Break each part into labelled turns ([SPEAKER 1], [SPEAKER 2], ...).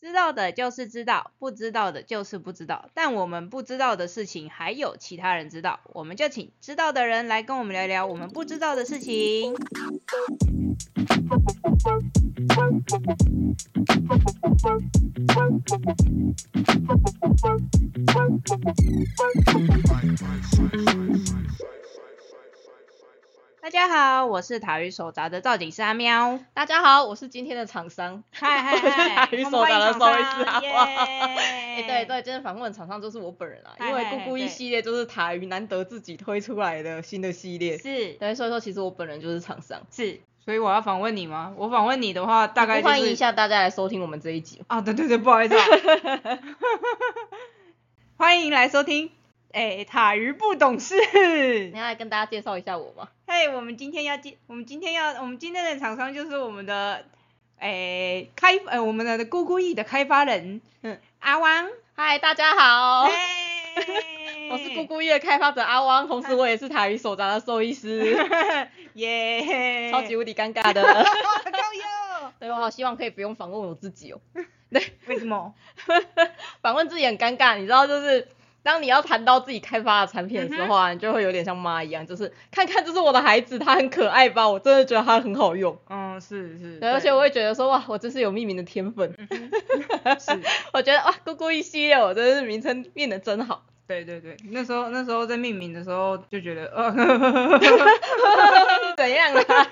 [SPEAKER 1] 知道的就是知道，不知道的就是不知道。但我们不知道的事情，还有其他人知道，我们就请知道的人来跟我们聊聊我们不知道的事情。大家好，我是塔鱼手札的造景师阿喵。
[SPEAKER 2] 大家好，我是今天的厂商。
[SPEAKER 1] 嗨嗨
[SPEAKER 2] 我是
[SPEAKER 1] 嗨，
[SPEAKER 2] 塔鱼
[SPEAKER 1] 哎我们
[SPEAKER 2] 手
[SPEAKER 1] 欢
[SPEAKER 2] 札
[SPEAKER 1] 迎
[SPEAKER 2] 的
[SPEAKER 1] 厂
[SPEAKER 2] 邵医
[SPEAKER 1] 商
[SPEAKER 2] 师阿
[SPEAKER 1] 耶
[SPEAKER 2] 花 哎、对对，今天访问的厂商就是我本人啊，
[SPEAKER 1] 嗨
[SPEAKER 2] 因为
[SPEAKER 1] 嗨嗨
[SPEAKER 2] 姑姑一
[SPEAKER 1] 对
[SPEAKER 2] 系列就是塔鱼难得自己推出来的新的系列，
[SPEAKER 1] 是
[SPEAKER 2] 对，所以说其实我本人就是厂商。
[SPEAKER 1] 是，所以我要访问你吗？我访问你的话，大概、就是、
[SPEAKER 2] 欢迎一下大家来收听我们这一集。
[SPEAKER 1] 啊，对对对，不好意思、啊，欢迎来收听。哎、塔鱼不懂事。嗯
[SPEAKER 2] 你要来跟大家介绍一下我吗？
[SPEAKER 1] 嘿、我们今天要进，我们今天要，我们今天的厂商就是我们的，哎、开，呃，我们的咕咕易的开发人，
[SPEAKER 2] 嗯
[SPEAKER 1] 阿汪。
[SPEAKER 2] 嗨，大家好。
[SPEAKER 1] 嘿
[SPEAKER 2] 我是咕，咕夜开发者阿汪，同时我也是塔鱼手札的兽医师，
[SPEAKER 1] 耶、
[SPEAKER 2] 超级
[SPEAKER 1] 无
[SPEAKER 2] 无敌尴尬 的。
[SPEAKER 1] 高哟。
[SPEAKER 2] 对，我好希望可以不用访问我自己哦。
[SPEAKER 1] 为什么？
[SPEAKER 2] 访问自己很尴尬，你知道，就是当你要谈到自己开发的产品的时
[SPEAKER 1] 嗯
[SPEAKER 2] 候啊，你就会有点像妈一样，就是看看这是我的孩子，他很可爱吧，我真的觉得他很好用。
[SPEAKER 1] 嗯，是是。嗯
[SPEAKER 2] 对，而且我会觉得说，哇，我真是有命名的天 分。
[SPEAKER 1] 是，
[SPEAKER 2] 我觉得哇，咕咕一系列，我真的是名称变得 真好。
[SPEAKER 1] 对对对，那时候那时候在命名的时候就觉得，呃，
[SPEAKER 2] 怎样啦？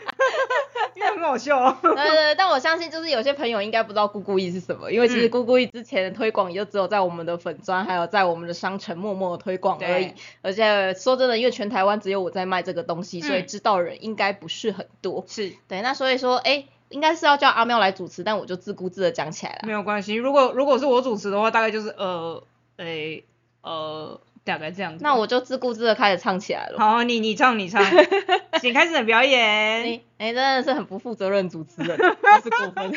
[SPEAKER 1] 因为很好笑哦。
[SPEAKER 2] 对对对，但我相信就是有些朋友应该不知道咕咕一是什么，因为其实
[SPEAKER 1] 嗯
[SPEAKER 2] 咕咕一之前的推广也就只有在我们的粉砖，还有在我们的商城默默的推广而已
[SPEAKER 1] 对。
[SPEAKER 2] 而且说真的，因为全台湾只有我在卖这个东西，所以
[SPEAKER 1] 嗯
[SPEAKER 2] 知道的人应该不是啊很多。
[SPEAKER 1] 是，
[SPEAKER 2] 对，那所以说，哎，应该是要叫阿喵来主持，但我就自顾自的讲起来了。
[SPEAKER 1] 没有关系。如果如果是我主持的话，大概就是呃，诶、呃，大概这样子吧。
[SPEAKER 2] 那我就自顾自的开始唱起来了。
[SPEAKER 1] 好，你你唱你 唱，请开始你的表演。
[SPEAKER 2] 你哎，真的是很不负责任主 持人，真是过分。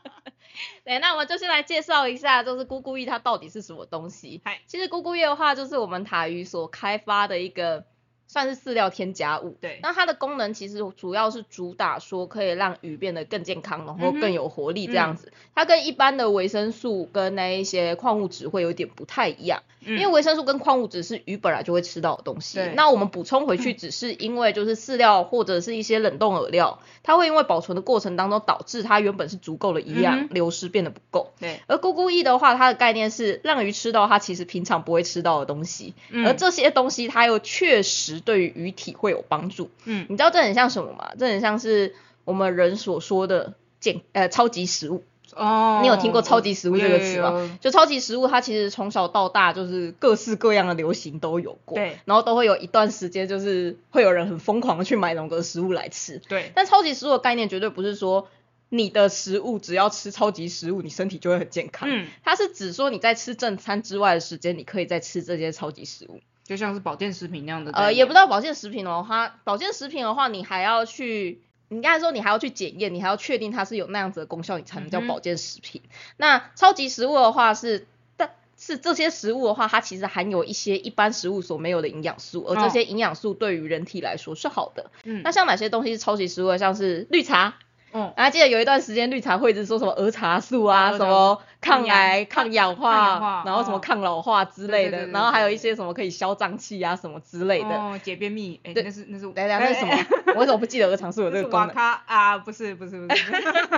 [SPEAKER 2] 对，那我们就先来介绍一下，就是咕咕一它到底是什么东西
[SPEAKER 1] 嗨。
[SPEAKER 2] 其实咕咕一的话，就是我们塔鱼所开发的一个算是饲料添加物。
[SPEAKER 1] 对，
[SPEAKER 2] 那它的功能其实主要是主打说可以让鱼变得更健康，然后
[SPEAKER 1] 嗯哼
[SPEAKER 2] 更有活力这样子。它跟一般的维生素跟那一些矿物质会有点不太一样，
[SPEAKER 1] 因
[SPEAKER 2] 因为维生素跟矿物质是鱼本来就会吃到的东西
[SPEAKER 1] 嗯对。嗯
[SPEAKER 2] 那我们补充回去，只是因为就是饲料或者是一些冷冻饵料，它会因为保存的过程当中导致它原本是足够的营
[SPEAKER 1] 嗯
[SPEAKER 2] 养
[SPEAKER 1] 哼
[SPEAKER 2] 流失变得不够。
[SPEAKER 1] 对，
[SPEAKER 2] 而咕咕益的话，它的概念是让鱼吃到它其实平常不会吃到的东西，而
[SPEAKER 1] 嗯
[SPEAKER 2] 这些东西它又确实对于鱼体会有帮助。
[SPEAKER 1] 嗯
[SPEAKER 2] 你知道这很像什么吗？这很像是我们人所说的健呃超级食物。
[SPEAKER 1] 哦，
[SPEAKER 2] 你有听过“超级食物”这个词
[SPEAKER 1] 有？有有
[SPEAKER 2] 吗
[SPEAKER 1] 有？
[SPEAKER 2] 就超级食物，它其实从小到大就是各式各样的流行都有过，
[SPEAKER 1] 对
[SPEAKER 2] 然后都会有一段时间就是会有人很疯狂的去买那个食物来吃。
[SPEAKER 1] 对，
[SPEAKER 2] 但超级食物的概念绝对不是说你的食物只要吃超级食物，你身体就会很健康。
[SPEAKER 1] 嗯，
[SPEAKER 2] 它是指说你在吃正餐之外的时间，你可以再吃这些超级食物。
[SPEAKER 1] 就像是保健食品那样的概念。
[SPEAKER 2] 呃，也不到保健食品哦，它保健食品的话，你还要去，你应该说你还要去检验，你还要确定它是有那样子的功效，你才能叫
[SPEAKER 1] 嗯哼
[SPEAKER 2] 保健食品。那超级食物的话是，但是这些食物的话，它其实含有一些一般食物所没有的营养素，而
[SPEAKER 1] 哦
[SPEAKER 2] 这些营养素对于人体来说是好的。
[SPEAKER 1] 嗯，
[SPEAKER 2] 那像哪些东西是超级食物的？像是绿茶。啊
[SPEAKER 1] 嗯
[SPEAKER 2] 大家记得有一段时间绿茶会一直说什么儿茶素
[SPEAKER 1] 儿
[SPEAKER 2] 啊，
[SPEAKER 1] 茶
[SPEAKER 2] 什么抗
[SPEAKER 1] 抗
[SPEAKER 2] 癌、抗氧
[SPEAKER 1] 抗氧
[SPEAKER 2] 化
[SPEAKER 1] 化，
[SPEAKER 2] 然后什
[SPEAKER 1] 哦
[SPEAKER 2] 么抗老化之类
[SPEAKER 1] 对对对
[SPEAKER 2] 的，
[SPEAKER 1] 对
[SPEAKER 2] 然后还有一
[SPEAKER 1] 对
[SPEAKER 2] 些什么可以消胀气啊什么之类的。
[SPEAKER 1] 哦，解便秘，哎，
[SPEAKER 2] 对
[SPEAKER 1] 那是那是
[SPEAKER 2] 等一下，那是 什么？我为什么不记得儿茶素有
[SPEAKER 1] 那
[SPEAKER 2] 这
[SPEAKER 1] 是
[SPEAKER 2] 个 功
[SPEAKER 1] 瓦
[SPEAKER 2] 能？
[SPEAKER 1] 卡啊，不是不是不是，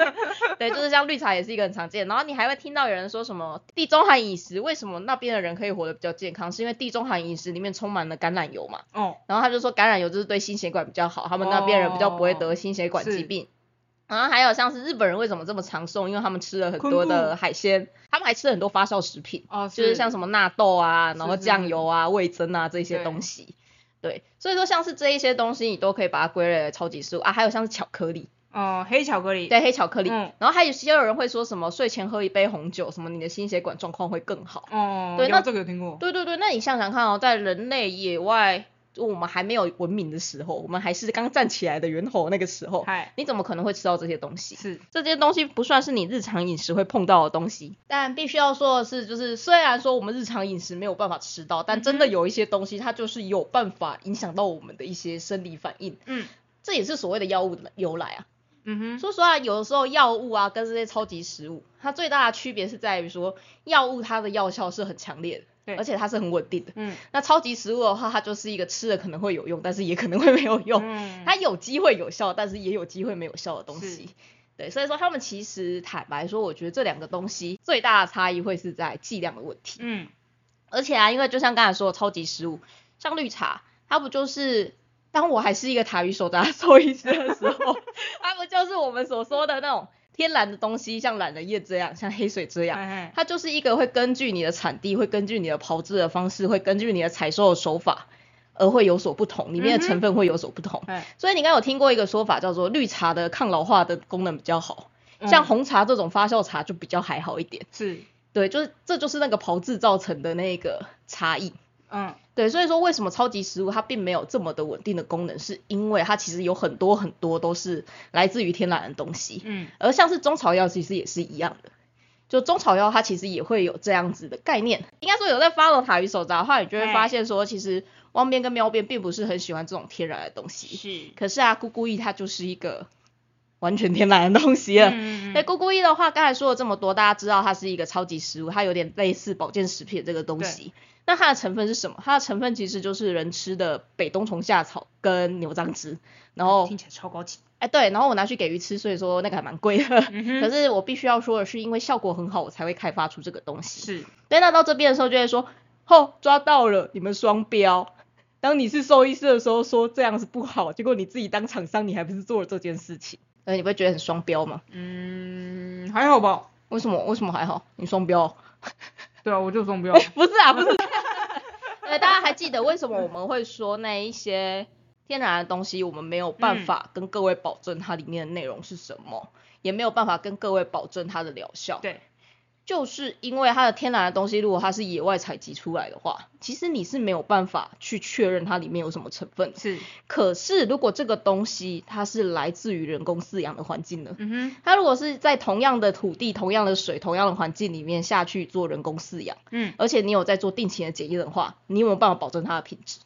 [SPEAKER 2] 对，就是像绿茶也是一个很常见。然后你还会听到有人说什么地中海饮食，为什么那边的人可以活得比较健康？是因为地中海饮食里面充满了橄榄油嘛。
[SPEAKER 1] 哦，
[SPEAKER 2] 然后他就说橄榄油就是对心血管比较好，他们那边人比较不会
[SPEAKER 1] 哦
[SPEAKER 2] 得心血管疾
[SPEAKER 1] 是
[SPEAKER 2] 病。
[SPEAKER 1] 嗯
[SPEAKER 2] 然后还有像是日本人为什么这么长寿，因为他们吃了很
[SPEAKER 1] 昆
[SPEAKER 2] 多
[SPEAKER 1] 布
[SPEAKER 2] 的海鲜，他们还吃了很多发酵食品。
[SPEAKER 1] 哦，
[SPEAKER 2] 就是像什么纳豆啊，然后
[SPEAKER 1] 是是
[SPEAKER 2] 酱油啊、味增啊这些
[SPEAKER 1] 对
[SPEAKER 2] 东西。对，所以说像是这一些东西，你都可以把它归类为超级食物啊。还有像是巧克力，
[SPEAKER 1] 哦，黑巧克力，
[SPEAKER 2] 对，黑巧克力。
[SPEAKER 1] 嗯
[SPEAKER 2] 然后还有些有人会说什么睡前喝一杯红酒，什么你的心血管状况会更好。
[SPEAKER 1] 哦，
[SPEAKER 2] 对
[SPEAKER 1] 有
[SPEAKER 2] 那
[SPEAKER 1] 这个有听过，
[SPEAKER 2] 对对对，那你想想看哦，在人类野外，就我们还没有文明的时候，我们还是刚站起来的猿猴那个时候，
[SPEAKER 1] 嗨，
[SPEAKER 2] 你怎么可能会吃到这些东西？
[SPEAKER 1] 是，
[SPEAKER 2] 这些东西不算是你日常饮食会碰到的东西，但必须要说的是，就是虽然说我们日常饮食没有办法吃到，但真的有一些东西它就是有办法影响到我们的一些生理反应，
[SPEAKER 1] 嗯，
[SPEAKER 2] 这也是所谓的药物的由来啊。
[SPEAKER 1] 嗯哼，
[SPEAKER 2] 说实话，有的时候药物啊跟这些超级食物，它最大的区别是在于说，药物它的药效是很强烈的，
[SPEAKER 1] 对
[SPEAKER 2] 而且它是很稳定的。
[SPEAKER 1] 嗯
[SPEAKER 2] 那超级食物的话，它就是一个吃了可能会有用，但是也可能会没有用，
[SPEAKER 1] 嗯
[SPEAKER 2] 它有机会有效，但是也有机会没有效的东
[SPEAKER 1] 是
[SPEAKER 2] 西。对，所以说他们其实坦白说，我觉得这两个东西最大的差异会是在剂量的问题。
[SPEAKER 1] 嗯
[SPEAKER 2] 而且啊，因为就像刚才说的超级食物，像绿茶，它不就是当我还是一个塔鱼手札兽医师的时 候，它不就是我们所说的那种天然的东西，像懒人叶这样，像黑水这样。
[SPEAKER 1] 哎
[SPEAKER 2] 它就是一个会根据你的产地，会根据你的炮制的方式，会根据你的采收的手法，而会有所不同，里面
[SPEAKER 1] 嗯
[SPEAKER 2] 的
[SPEAKER 1] 哼
[SPEAKER 2] 成分会有所不同。
[SPEAKER 1] 哎，
[SPEAKER 2] 所以你应该有听过一个说法，叫做绿茶的抗老化的功能比较好，
[SPEAKER 1] 嗯
[SPEAKER 2] 像红茶这种发酵茶就比较还好一点。
[SPEAKER 1] 是，
[SPEAKER 2] 对，就是这就是那个炮制造成的那个差异。
[SPEAKER 1] 嗯
[SPEAKER 2] 对，所以说为什么超级食物它并没有这么的稳定的功能，是因为它其实有很多很多都是来自于天然的东西，
[SPEAKER 1] 嗯
[SPEAKER 2] 而像是中草药其实也是一样的。就中草药，它其实也会有这样子的概念。应该说有在 follow 塔与手札的话，你就会
[SPEAKER 1] 哎
[SPEAKER 2] 发现说，其实汪边跟喵边并不是很喜欢这种天然的东西。
[SPEAKER 1] 是，
[SPEAKER 2] 可是啊，咕咕意它就是一个完全天然的东西了。
[SPEAKER 1] 嗯嗯
[SPEAKER 2] 那咕咕一的话，刚才说了这么多，大家知道它是一个超级食物，它有点类似保健食品这个东西。那它的成分是什么？它的成分其实就是人吃的北冬虫夏草跟牛樟芝，然后
[SPEAKER 1] 听起来超高级，
[SPEAKER 2] 哎对，然后我拿去给鱼吃，所以说那个还蛮贵的。
[SPEAKER 1] 嗯哼
[SPEAKER 2] 可是我必须要说的是，因为效果很好，我才会开发出这个东西。
[SPEAKER 1] 是，
[SPEAKER 2] 对，那到这边的时候就会说，吼，抓到了，你们双标。当你是兽医师的时候说这样是不好，结果你自己当厂商，你还不是做了这件事情？呃，你不会觉得很双标吗？
[SPEAKER 1] 嗯，还好吧？
[SPEAKER 2] 为什么？为什么还好？你双标？哦
[SPEAKER 1] 对啊，我就中标
[SPEAKER 2] 哎、，不是啊，不是。对，大家还记得为什么我们会说那一些天然的东西，我们没有办法跟各位保证它里面的内容是什么，也没有办法跟各位保证它的疗效。，
[SPEAKER 1] 对，
[SPEAKER 2] 就是因为它的天然的东西，如果它是野外采集出来的话，其实你是没有办法去确认它里面有什么成分的。
[SPEAKER 1] 是，
[SPEAKER 2] 可是如果这个东西它是来自于人工饲养的环境呢？
[SPEAKER 1] 嗯哼，
[SPEAKER 2] 它如果是在同样的土地、同样的水、同样的环境里面下去做人工饲养，
[SPEAKER 1] 嗯
[SPEAKER 2] 而且你有在做定期的检验的话，你有没有办法保证它的品质？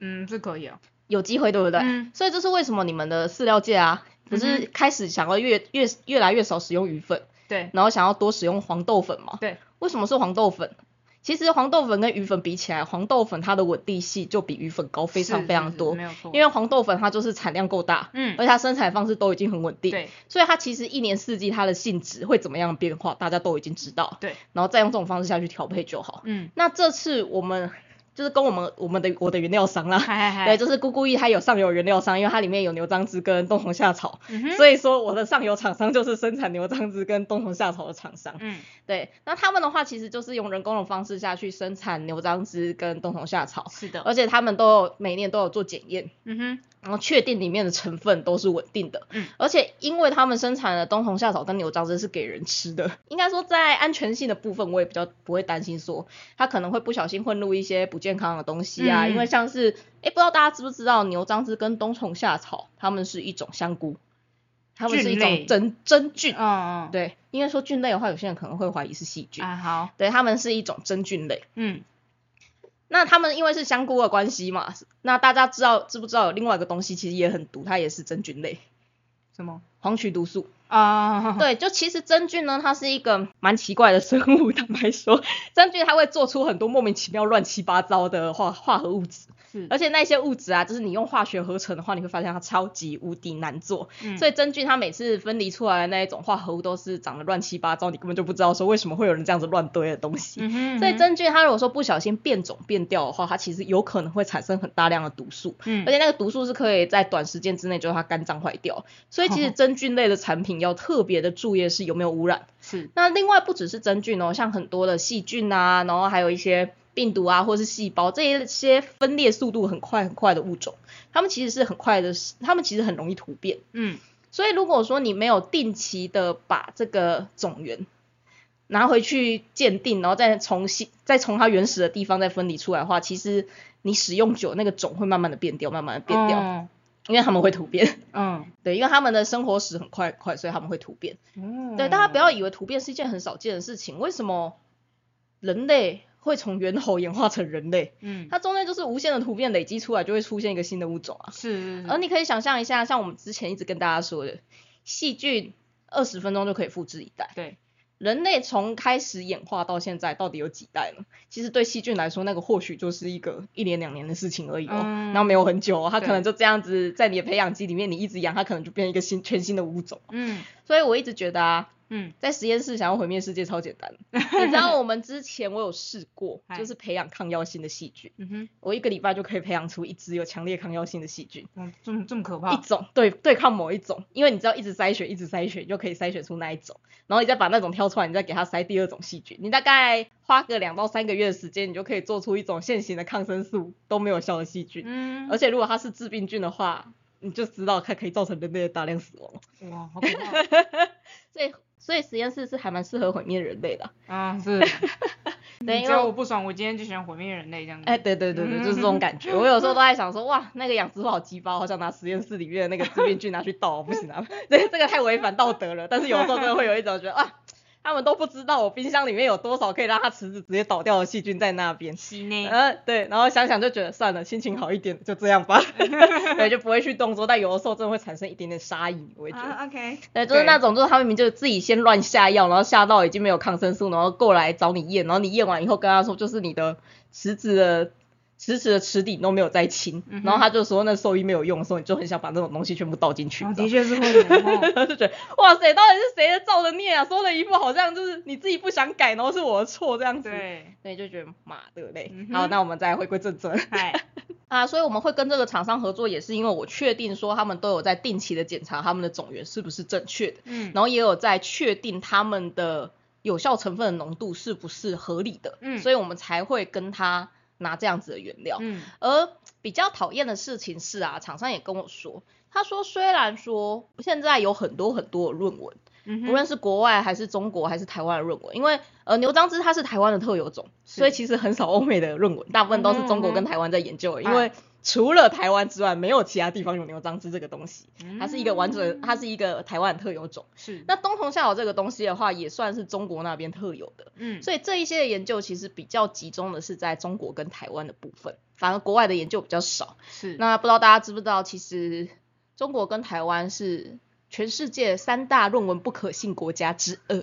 [SPEAKER 1] 嗯，是可以啊，
[SPEAKER 2] 有机会，对不对？
[SPEAKER 1] 嗯
[SPEAKER 2] 所以这是为什么你们的饲料界啊，不是开始想要越越越来越少使用鱼粉，
[SPEAKER 1] 对，
[SPEAKER 2] 然后想要多使用黄豆粉嘛？
[SPEAKER 1] 对，
[SPEAKER 2] 为什么是黄豆粉？其实黄豆粉跟鱼粉比起来，黄豆粉它的稳定性就比鱼粉高非
[SPEAKER 1] 是
[SPEAKER 2] 常
[SPEAKER 1] 是
[SPEAKER 2] 非常
[SPEAKER 1] 是
[SPEAKER 2] 多，
[SPEAKER 1] 没有错，
[SPEAKER 2] 因为黄豆粉它就是产量够大，
[SPEAKER 1] 嗯
[SPEAKER 2] 而且它生产方式都已经很稳定，
[SPEAKER 1] 对
[SPEAKER 2] 所以它其实一年四季它的性质会怎么样变化，大家都已经知道，
[SPEAKER 1] 对，
[SPEAKER 2] 然后再用这种方式下去调配就好。
[SPEAKER 1] 嗯，
[SPEAKER 2] 那这次我们就是跟我们我们的我的原料商啦，
[SPEAKER 1] 嗨嗨
[SPEAKER 2] 对，
[SPEAKER 1] 嗨，
[SPEAKER 2] 就是咕咕一它有上游原料商，因为它里面有牛樟芝跟冬虫夏草，
[SPEAKER 1] 嗯哼，
[SPEAKER 2] 所以说我的上游厂商就是生产牛樟芝跟冬虫夏草的厂商。
[SPEAKER 1] 嗯
[SPEAKER 2] 对，那他们的话其实就是用人工的方式下去生产牛樟芝跟冬虫夏草，
[SPEAKER 1] 是 的，
[SPEAKER 2] 而且他们都有每年都有做检验。
[SPEAKER 1] 嗯哼，
[SPEAKER 2] 然后确定里面的成分都是稳定的，
[SPEAKER 1] 嗯，
[SPEAKER 2] 而且因为他们生产的冬虫夏草跟牛樟芝是给人吃的， 应该说在安全性的部分，我也比较不会担心说它可能会不小心混入一些不健康的东西啊，
[SPEAKER 1] 嗯
[SPEAKER 2] 因为像是，诶，不知道大家知不知道牛樟芝跟冬虫夏草它们是一种香菇，它们是一
[SPEAKER 1] 菌类
[SPEAKER 2] 种真真菌，
[SPEAKER 1] 嗯嗯，
[SPEAKER 2] 对，应该说菌类的话，有些人可能会怀疑是细菌，
[SPEAKER 1] 啊好，
[SPEAKER 2] 对，它们是一种真菌类。
[SPEAKER 1] 嗯
[SPEAKER 2] 那他们因为是香菇的关系嘛，那大家知道知不知道有另外一个东西其实也很毒，它也是真菌类，
[SPEAKER 1] 什么
[SPEAKER 2] 黄曲毒素。
[SPEAKER 1] 啊？
[SPEAKER 2] 对，就其实真菌呢，它是一个蛮奇怪的生物， 坦白说，真菌它会做出很多莫名其妙、乱七八糟的化化合物质，
[SPEAKER 1] 是，
[SPEAKER 2] 而且那些物质啊，就是你用化学合成的话，你会发现它超级无敌难做。
[SPEAKER 1] 嗯
[SPEAKER 2] 所以真菌它每次分离出来的那一种化合物都是长得乱七八糟，你根本就不知道说为什么会有人这样子乱堆的东西。
[SPEAKER 1] 嗯哼，
[SPEAKER 2] 所以
[SPEAKER 1] 这
[SPEAKER 2] 真菌它如果说不小心变种变掉的话，它其实有可能会产生很大量的毒素，
[SPEAKER 1] 嗯
[SPEAKER 2] 而且那个毒素是可以在短时间之内就让它肝脏坏掉。所以其实
[SPEAKER 1] 哦
[SPEAKER 2] 真菌类的产品要特别的注意的是有没有污染。
[SPEAKER 1] 是，
[SPEAKER 2] 那另外不只是真菌哦，像很多的细菌啊，然后还有一些病毒啊，或是细胞这一些分裂速度很快很快的物种，它们其实是很快的，它们其实很容易突变。
[SPEAKER 1] 嗯
[SPEAKER 2] 所以如果说你没有定期的把这个种源拿回去鉴定，然后再重新再从它原始的地方再分离出来的话，其实你使用久，那个种会慢慢的变掉，慢慢的变掉，
[SPEAKER 1] 掉，
[SPEAKER 2] 因为它们会突变。
[SPEAKER 1] 嗯，
[SPEAKER 2] 对，因为它们的生活史很快很快，所以它们会突变。
[SPEAKER 1] 嗯
[SPEAKER 2] 对，大家不要以为突变是一件很少见的事情，为什么人类会从猿猴演化成人类？
[SPEAKER 1] 嗯，
[SPEAKER 2] 它中间就就是无限的突变累积出来，就会出现一个新的物种啊。
[SPEAKER 1] 是是
[SPEAKER 2] 而你可以想象一下，像我们之前一直跟大家说的，细菌二十分钟就可以复制一代。
[SPEAKER 1] 对，
[SPEAKER 2] 人类从开始演化到现在，到底有几代呢？其实对细菌来说，那个或许就是一个一年两年的事情而已哦，
[SPEAKER 1] 嗯
[SPEAKER 2] 然后没有很久、哦，它可
[SPEAKER 1] 对
[SPEAKER 2] 能就这样子在你的培养基里面，你一直养，它可能就变成一个新全新的物种。
[SPEAKER 1] 嗯
[SPEAKER 2] 所以我一直觉得啊，
[SPEAKER 1] 嗯，
[SPEAKER 2] 在实验室想要毁灭世界超 简单，你知道我们之前我有试过，
[SPEAKER 1] 嗨
[SPEAKER 2] 就是培养抗药性的细菌，
[SPEAKER 1] 嗯哼，
[SPEAKER 2] 我一个礼拜就可以培养出一只有强烈抗药性的细菌。
[SPEAKER 1] 哇，这么这么可
[SPEAKER 2] 一
[SPEAKER 1] 怕，
[SPEAKER 2] 种对对抗某一种，因为你知道一直筛选，一直筛选，你就可以筛选出那一种，然后你再把那种挑出来，你再给它筛第二种细菌，你大概花个两到三个月的时间，你就可以做出一种现行的抗生素都没有效的细菌，
[SPEAKER 1] 嗯，
[SPEAKER 2] 而且如果它是致病菌的话，你就知道它可以造成人类的大量死亡，
[SPEAKER 1] 哇，好可怕
[SPEAKER 2] 所以所以实验室是还蛮适合毁灭人类的啊，
[SPEAKER 1] 啊！是，
[SPEAKER 2] 对，
[SPEAKER 1] 你
[SPEAKER 2] 因
[SPEAKER 1] 只
[SPEAKER 2] 为
[SPEAKER 1] 要
[SPEAKER 2] 我
[SPEAKER 1] 我不爽，我今天就想毁灭人类这样子。
[SPEAKER 2] 哎，对对对对，就是这种感觉。我有时候都在想说，哇，那个养殖户好鸡巴，好想拿实验室里面的那个致病菌拿去倒， 不行啊，对，这个太违反道德了。但是有时候真的会有一种觉得，啊，他们都不知道我冰箱里面有多少可以让它池子直接倒掉的细菌在那边。
[SPEAKER 1] 是呢，
[SPEAKER 2] 呃，对，然后想想就觉得算了，心情好一点，就这样吧，对，就不会去动作。但有的时候真的会产生一点点杀意，我会觉得。
[SPEAKER 1] 啊，OK，
[SPEAKER 2] 对，就是那种，就是他明明就自己先乱下药，然后下到已经没有抗生素，然后过来找你验，然后你验完以后跟他说，就是你的食指的食指的齿底都没有在清，
[SPEAKER 1] 嗯哼
[SPEAKER 2] 然后他就说那兽医没有用的时候，你就很想把那种东西全部倒进去，
[SPEAKER 1] 哦
[SPEAKER 2] 你知道
[SPEAKER 1] 的
[SPEAKER 2] 吗
[SPEAKER 1] 确是会的哦
[SPEAKER 2] 就觉得哇塞，到底是谁的造的孽啊？说了一副好像就是你自己不想改，然后是我的错这样子，
[SPEAKER 1] 对，
[SPEAKER 2] 所以就觉得妈的嘞。
[SPEAKER 1] 嗯哼
[SPEAKER 2] 好，那我们再回归正传。
[SPEAKER 1] 嗨，
[SPEAKER 2] 啊，所以我们会跟这个厂商合作，也是因为我确定说他们都有在定期的检查他们的种源是不是正确的，
[SPEAKER 1] 嗯
[SPEAKER 2] 然后也有在确定他们的有效成分的浓度是不是合理的，
[SPEAKER 1] 嗯
[SPEAKER 2] 所以我们才会跟他拿这样子的原料。
[SPEAKER 1] 嗯
[SPEAKER 2] 而比较讨厌的事情是啊，厂商也跟我说，他说虽然说现在有很多很多的论文，
[SPEAKER 1] 嗯哼，
[SPEAKER 2] 不论是国外还是中国还是台湾的论文，因为呃牛樟芝它是台湾的特有种，
[SPEAKER 1] 是嗯
[SPEAKER 2] 所以其实很少欧美的论文，大部分都是中国跟台湾在研究
[SPEAKER 1] 哎
[SPEAKER 2] 的，因为除了台湾之外，没有其他地方有牛樟芝这个东西，它是一个完
[SPEAKER 1] 嗯
[SPEAKER 2] 整，它是一个台湾的特有种。
[SPEAKER 1] 是，
[SPEAKER 2] 那冬虫夏草这个东西的话，也算是中国那边特有的，
[SPEAKER 1] 嗯，
[SPEAKER 2] 所以这一些的研究其实比较集中的是在中国跟台湾的部分，反而国外的研究比较少。
[SPEAKER 1] 是，
[SPEAKER 2] 那不知道大家知不知道，其实中国跟台湾是全世界三大论文不可信国家之 二，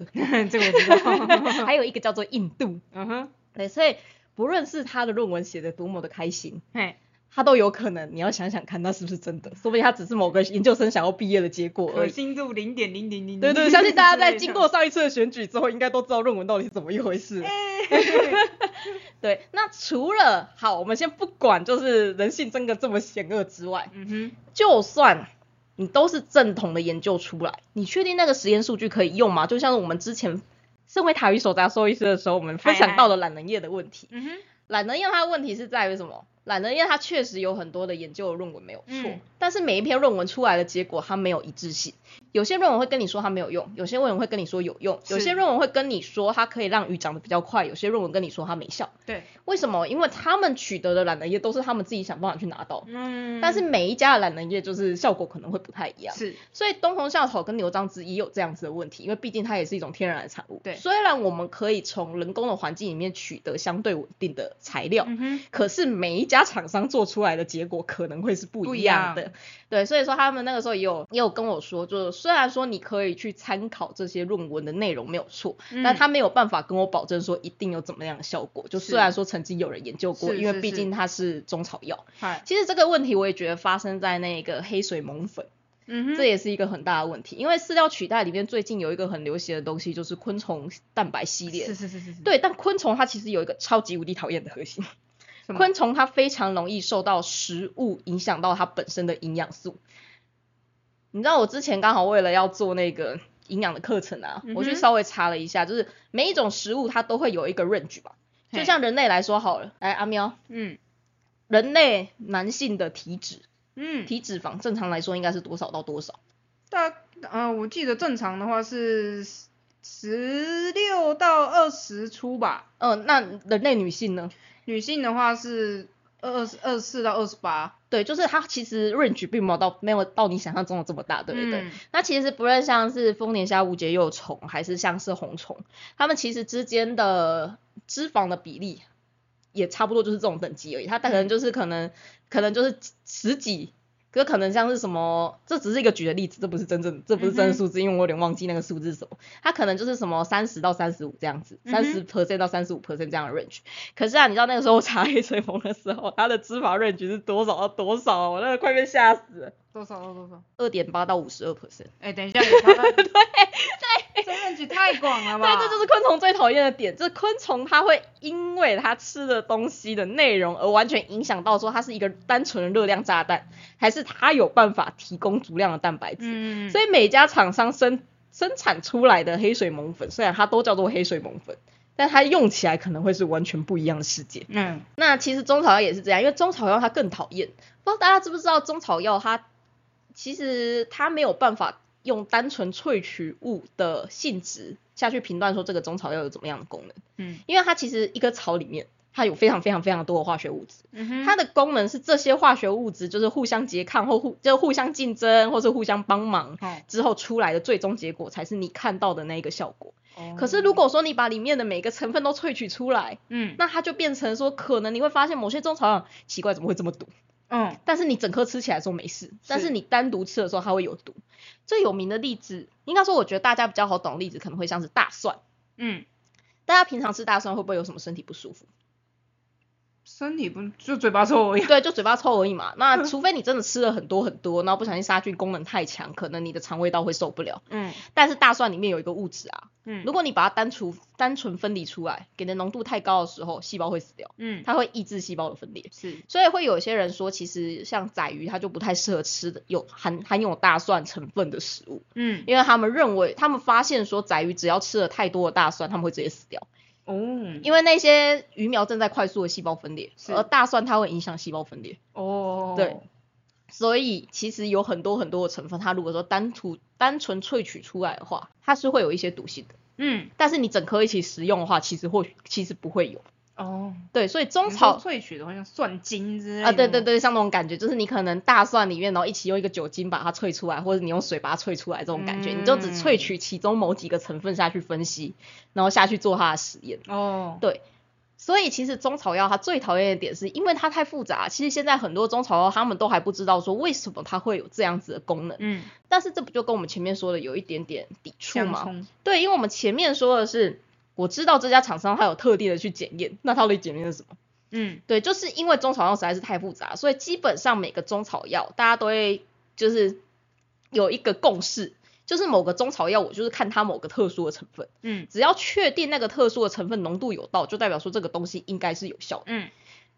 [SPEAKER 1] 这个我知道，
[SPEAKER 2] 还有一个叫做印度。
[SPEAKER 1] 嗯哼，
[SPEAKER 2] 对，所以不论是他的论文写的多么的开心，
[SPEAKER 1] 嘿，
[SPEAKER 2] 他都有可能，你要想想看，那是不是真的？说不定他只是某个研究生想要毕业的结果而
[SPEAKER 1] 可
[SPEAKER 2] 已。
[SPEAKER 1] 信度零点零零零，
[SPEAKER 2] 对对，嗯相信大家在经过上一次的选举之后，应该都知道论文到底是怎么一回事了。 对，那除了好，我们先不管，就是人性真的这么险恶之外，
[SPEAKER 1] 嗯哼，
[SPEAKER 2] 就算你都是正统的研究出来，你确定那个实验数据可以用吗？就像我们之前身为塔鱼手札兽医师的时候，我们分享到了懒人业的问题。
[SPEAKER 1] 嗯哼，
[SPEAKER 2] 懒人业它的问题是在于什么？懒人业它确实有很多的研究的论文没有错，
[SPEAKER 1] 嗯
[SPEAKER 2] 但是每一篇论文出来的结果它没有一致性。有些论文会跟你说它没有用，有些论文会跟你说有用，有
[SPEAKER 1] 是
[SPEAKER 2] 些论文会跟你说它可以让鱼长得比较快，有些论文跟你说它没效。
[SPEAKER 1] 对，
[SPEAKER 2] 为什么？因为他们取得的懒人业都是他们自己想办法去拿到的。
[SPEAKER 1] 嗯，
[SPEAKER 2] 但是每一家的懒人液就是效果可能会不太一样，
[SPEAKER 1] 是，
[SPEAKER 2] 所以冬虫夏草跟牛樟芝也有这样子的问题，因为毕竟它也是一种天然的产物。
[SPEAKER 1] 对
[SPEAKER 2] 虽然我们可以从人工的环境里面取得相对稳定的材料。
[SPEAKER 1] 嗯哼，
[SPEAKER 2] 可是每一家厂商做出来的结果可能会是不
[SPEAKER 1] 不一
[SPEAKER 2] 一样的，
[SPEAKER 1] 样
[SPEAKER 2] 对，所以说他们那个时候也有也有跟我说，就是虽然说你可以去参考这些论文的内容没有错，
[SPEAKER 1] 嗯
[SPEAKER 2] 但他没有办法跟我保证说一定有怎么样的效果。就是虽然说曾经有人研究过，
[SPEAKER 1] 是
[SPEAKER 2] 因为
[SPEAKER 1] 是
[SPEAKER 2] 毕
[SPEAKER 1] 是
[SPEAKER 2] 竟它是中草药，
[SPEAKER 1] 嗨，
[SPEAKER 2] 其实这个问题我也觉得发生在那个黑水虻粉，
[SPEAKER 1] 嗯哼，
[SPEAKER 2] 这也是一个很大的问题。因为饲料取代里面最近有一个很流行的东西，就是昆虫蛋白系列
[SPEAKER 1] 是。是是是是，
[SPEAKER 2] 对，但昆虫它其实有一个超级无敌讨厌的核心，
[SPEAKER 1] 什么
[SPEAKER 2] 昆虫它非常容易受到食物影响到它本身的营养素。你知道我之前刚好为了要做那个营养的课程啊，
[SPEAKER 1] 嗯
[SPEAKER 2] 我去
[SPEAKER 1] 哼
[SPEAKER 2] 稍微查了一下，就是每一种食物它都会有一个 range 吧，就
[SPEAKER 1] 嘿
[SPEAKER 2] 像人类来说好了，来阿喵，
[SPEAKER 1] 嗯
[SPEAKER 2] 人类男性的体脂
[SPEAKER 1] 嗯，
[SPEAKER 2] 体脂肪正常来说应该是多少到多少？
[SPEAKER 1] 大，呃，我记得正常的话是十六到二十出吧，
[SPEAKER 2] 嗯、那人类女性呢？
[SPEAKER 1] 女性的话是二十二四到二十八，
[SPEAKER 2] 对，就是它其实 range 并没有到没有到你想象中的这么大，对不对？
[SPEAKER 1] 嗯
[SPEAKER 2] 那其实不论像是丰年虾无节幼虫，还是像是红虫，它们其实之间的脂肪的比例也差不多就是这种等级而已，它可能就是可能可能就是十几。可可能像是什么，这只是一个举的例子，这不是真正，这不是真的数字，因为我有点忘记那个数字是什么。它可能就是什么三十到三十五这样子，三十 percent 到三十五 percent 这样的 range。可是啊，你知道那个时候我查黑吹风的时候，它的脂肪 range 是多少到多少啊？我那个快被吓死了，
[SPEAKER 1] 多少多少多少？
[SPEAKER 2] 二点八到五十二 percent。
[SPEAKER 1] 哎、等一下，对 对对，这面积太广了吧？
[SPEAKER 2] 对，这就是昆虫最讨厌的点，就是昆虫它会因为它吃的东西的内容而完全影响到说它是一个单纯的热量炸弹，还是它有办法提供足量的蛋白质。
[SPEAKER 1] 嗯，
[SPEAKER 2] 所
[SPEAKER 1] 以
[SPEAKER 2] 以每家厂商生生产出来的黑水虻粉，虽然它都叫做黑水虻粉，但它用起来可能会是完全不一样的世界。
[SPEAKER 1] 嗯，
[SPEAKER 2] 那其实中草药也是这样，因为中草药它更讨厌。不知道大家知不知道，中草药它其实它没有办法用单纯萃取物的性质下去评断说这个中草药有怎么样的功能，
[SPEAKER 1] 嗯
[SPEAKER 2] 因为它其实一棵草里面它有非常非常非常多的化学物质。
[SPEAKER 1] 嗯哼，
[SPEAKER 2] 它的功能是这些化学物质就是互相拮抗或互就互相竞争或是互相帮忙
[SPEAKER 1] 哦
[SPEAKER 2] 之后出来的最终结果才是你看到的那一个效果。
[SPEAKER 1] 哦
[SPEAKER 2] 可是如果说你把里面的每个成分都萃取出来，
[SPEAKER 1] 嗯
[SPEAKER 2] 那它就变成说可能你会发现某些中草药奇怪怎么会这么毒，
[SPEAKER 1] 嗯
[SPEAKER 2] 但是你整颗吃起来的时候没事，但是你单独吃的时候它会有毒。最有名的例子，应该说我觉得大家比较好懂的例子可能会像是大蒜，
[SPEAKER 1] 嗯，
[SPEAKER 2] 大家平常吃大蒜会不会有什么身体不舒服？
[SPEAKER 1] 身体不就嘴巴臭而已。
[SPEAKER 2] 对，就嘴巴臭而已嘛。那除非你真的吃了很多很多，然后不小心杀菌功能太强，可能你的肠胃道会受不了。
[SPEAKER 1] 嗯
[SPEAKER 2] 但是大蒜里面有一个物质啊，
[SPEAKER 1] 嗯，
[SPEAKER 2] 如果你把它单除单纯分离出来，给的浓度太高的时候，细胞会死掉，
[SPEAKER 1] 嗯
[SPEAKER 2] 它会抑制细胞的分裂。
[SPEAKER 1] 是
[SPEAKER 2] 所以会有一些人说，其实像宰鱼，它就不太适合吃的有含含有大蒜成分的食物，
[SPEAKER 1] 嗯
[SPEAKER 2] 因为他们认为他们发现说，宰鱼只要吃了太多的大蒜，他们会直接死掉。
[SPEAKER 1] 哦，
[SPEAKER 2] 因为那些鱼苗正在快速的细胞分裂，
[SPEAKER 1] 是
[SPEAKER 2] 而大蒜它会影响细胞分裂，
[SPEAKER 1] 哦
[SPEAKER 2] 对所以其实有很多很多的成分，它如果说单独单纯萃取出来的话，它是会有一些毒性的。
[SPEAKER 1] 嗯
[SPEAKER 2] 但是你整颗一起食用的话，其实或许其实不会有。
[SPEAKER 1] 哦，
[SPEAKER 2] 对，所以
[SPEAKER 1] 你
[SPEAKER 2] 中
[SPEAKER 1] 说
[SPEAKER 2] 草
[SPEAKER 1] 萃取的话像蒜精之类的
[SPEAKER 2] 啊，对对
[SPEAKER 1] 吗，
[SPEAKER 2] 对，像那种感觉，就是你可能大蒜里面，然后一起用一个酒精把它萃出来，或者你用水把它萃出来，这种感觉，你就只萃取其中某几个成分下去分析，然后下去做它的实验。
[SPEAKER 1] 哦
[SPEAKER 2] 对所以其实中草药它最讨厌的点是，因为它太复杂。其实现在很多中草药他们都还不知道说为什么它会有这样子的功能，
[SPEAKER 1] 嗯，
[SPEAKER 2] 但是这不就跟我们前面说的有一点点抵触
[SPEAKER 1] 香
[SPEAKER 2] 吗？
[SPEAKER 1] 葱
[SPEAKER 2] 对，因为我们前面说的是，我知道这家厂商它有特地的去检验，那它的检验是什么？
[SPEAKER 1] 嗯
[SPEAKER 2] 对，就是因为中草药实在是太复杂，所以基本上每个中草药大家都会就是有一个共识，就是某个中草药我就是看它某个特殊的成分，
[SPEAKER 1] 嗯
[SPEAKER 2] 只要确定那个特殊的成分浓度有到，就代表说这个东西应该是有效的。
[SPEAKER 1] 嗯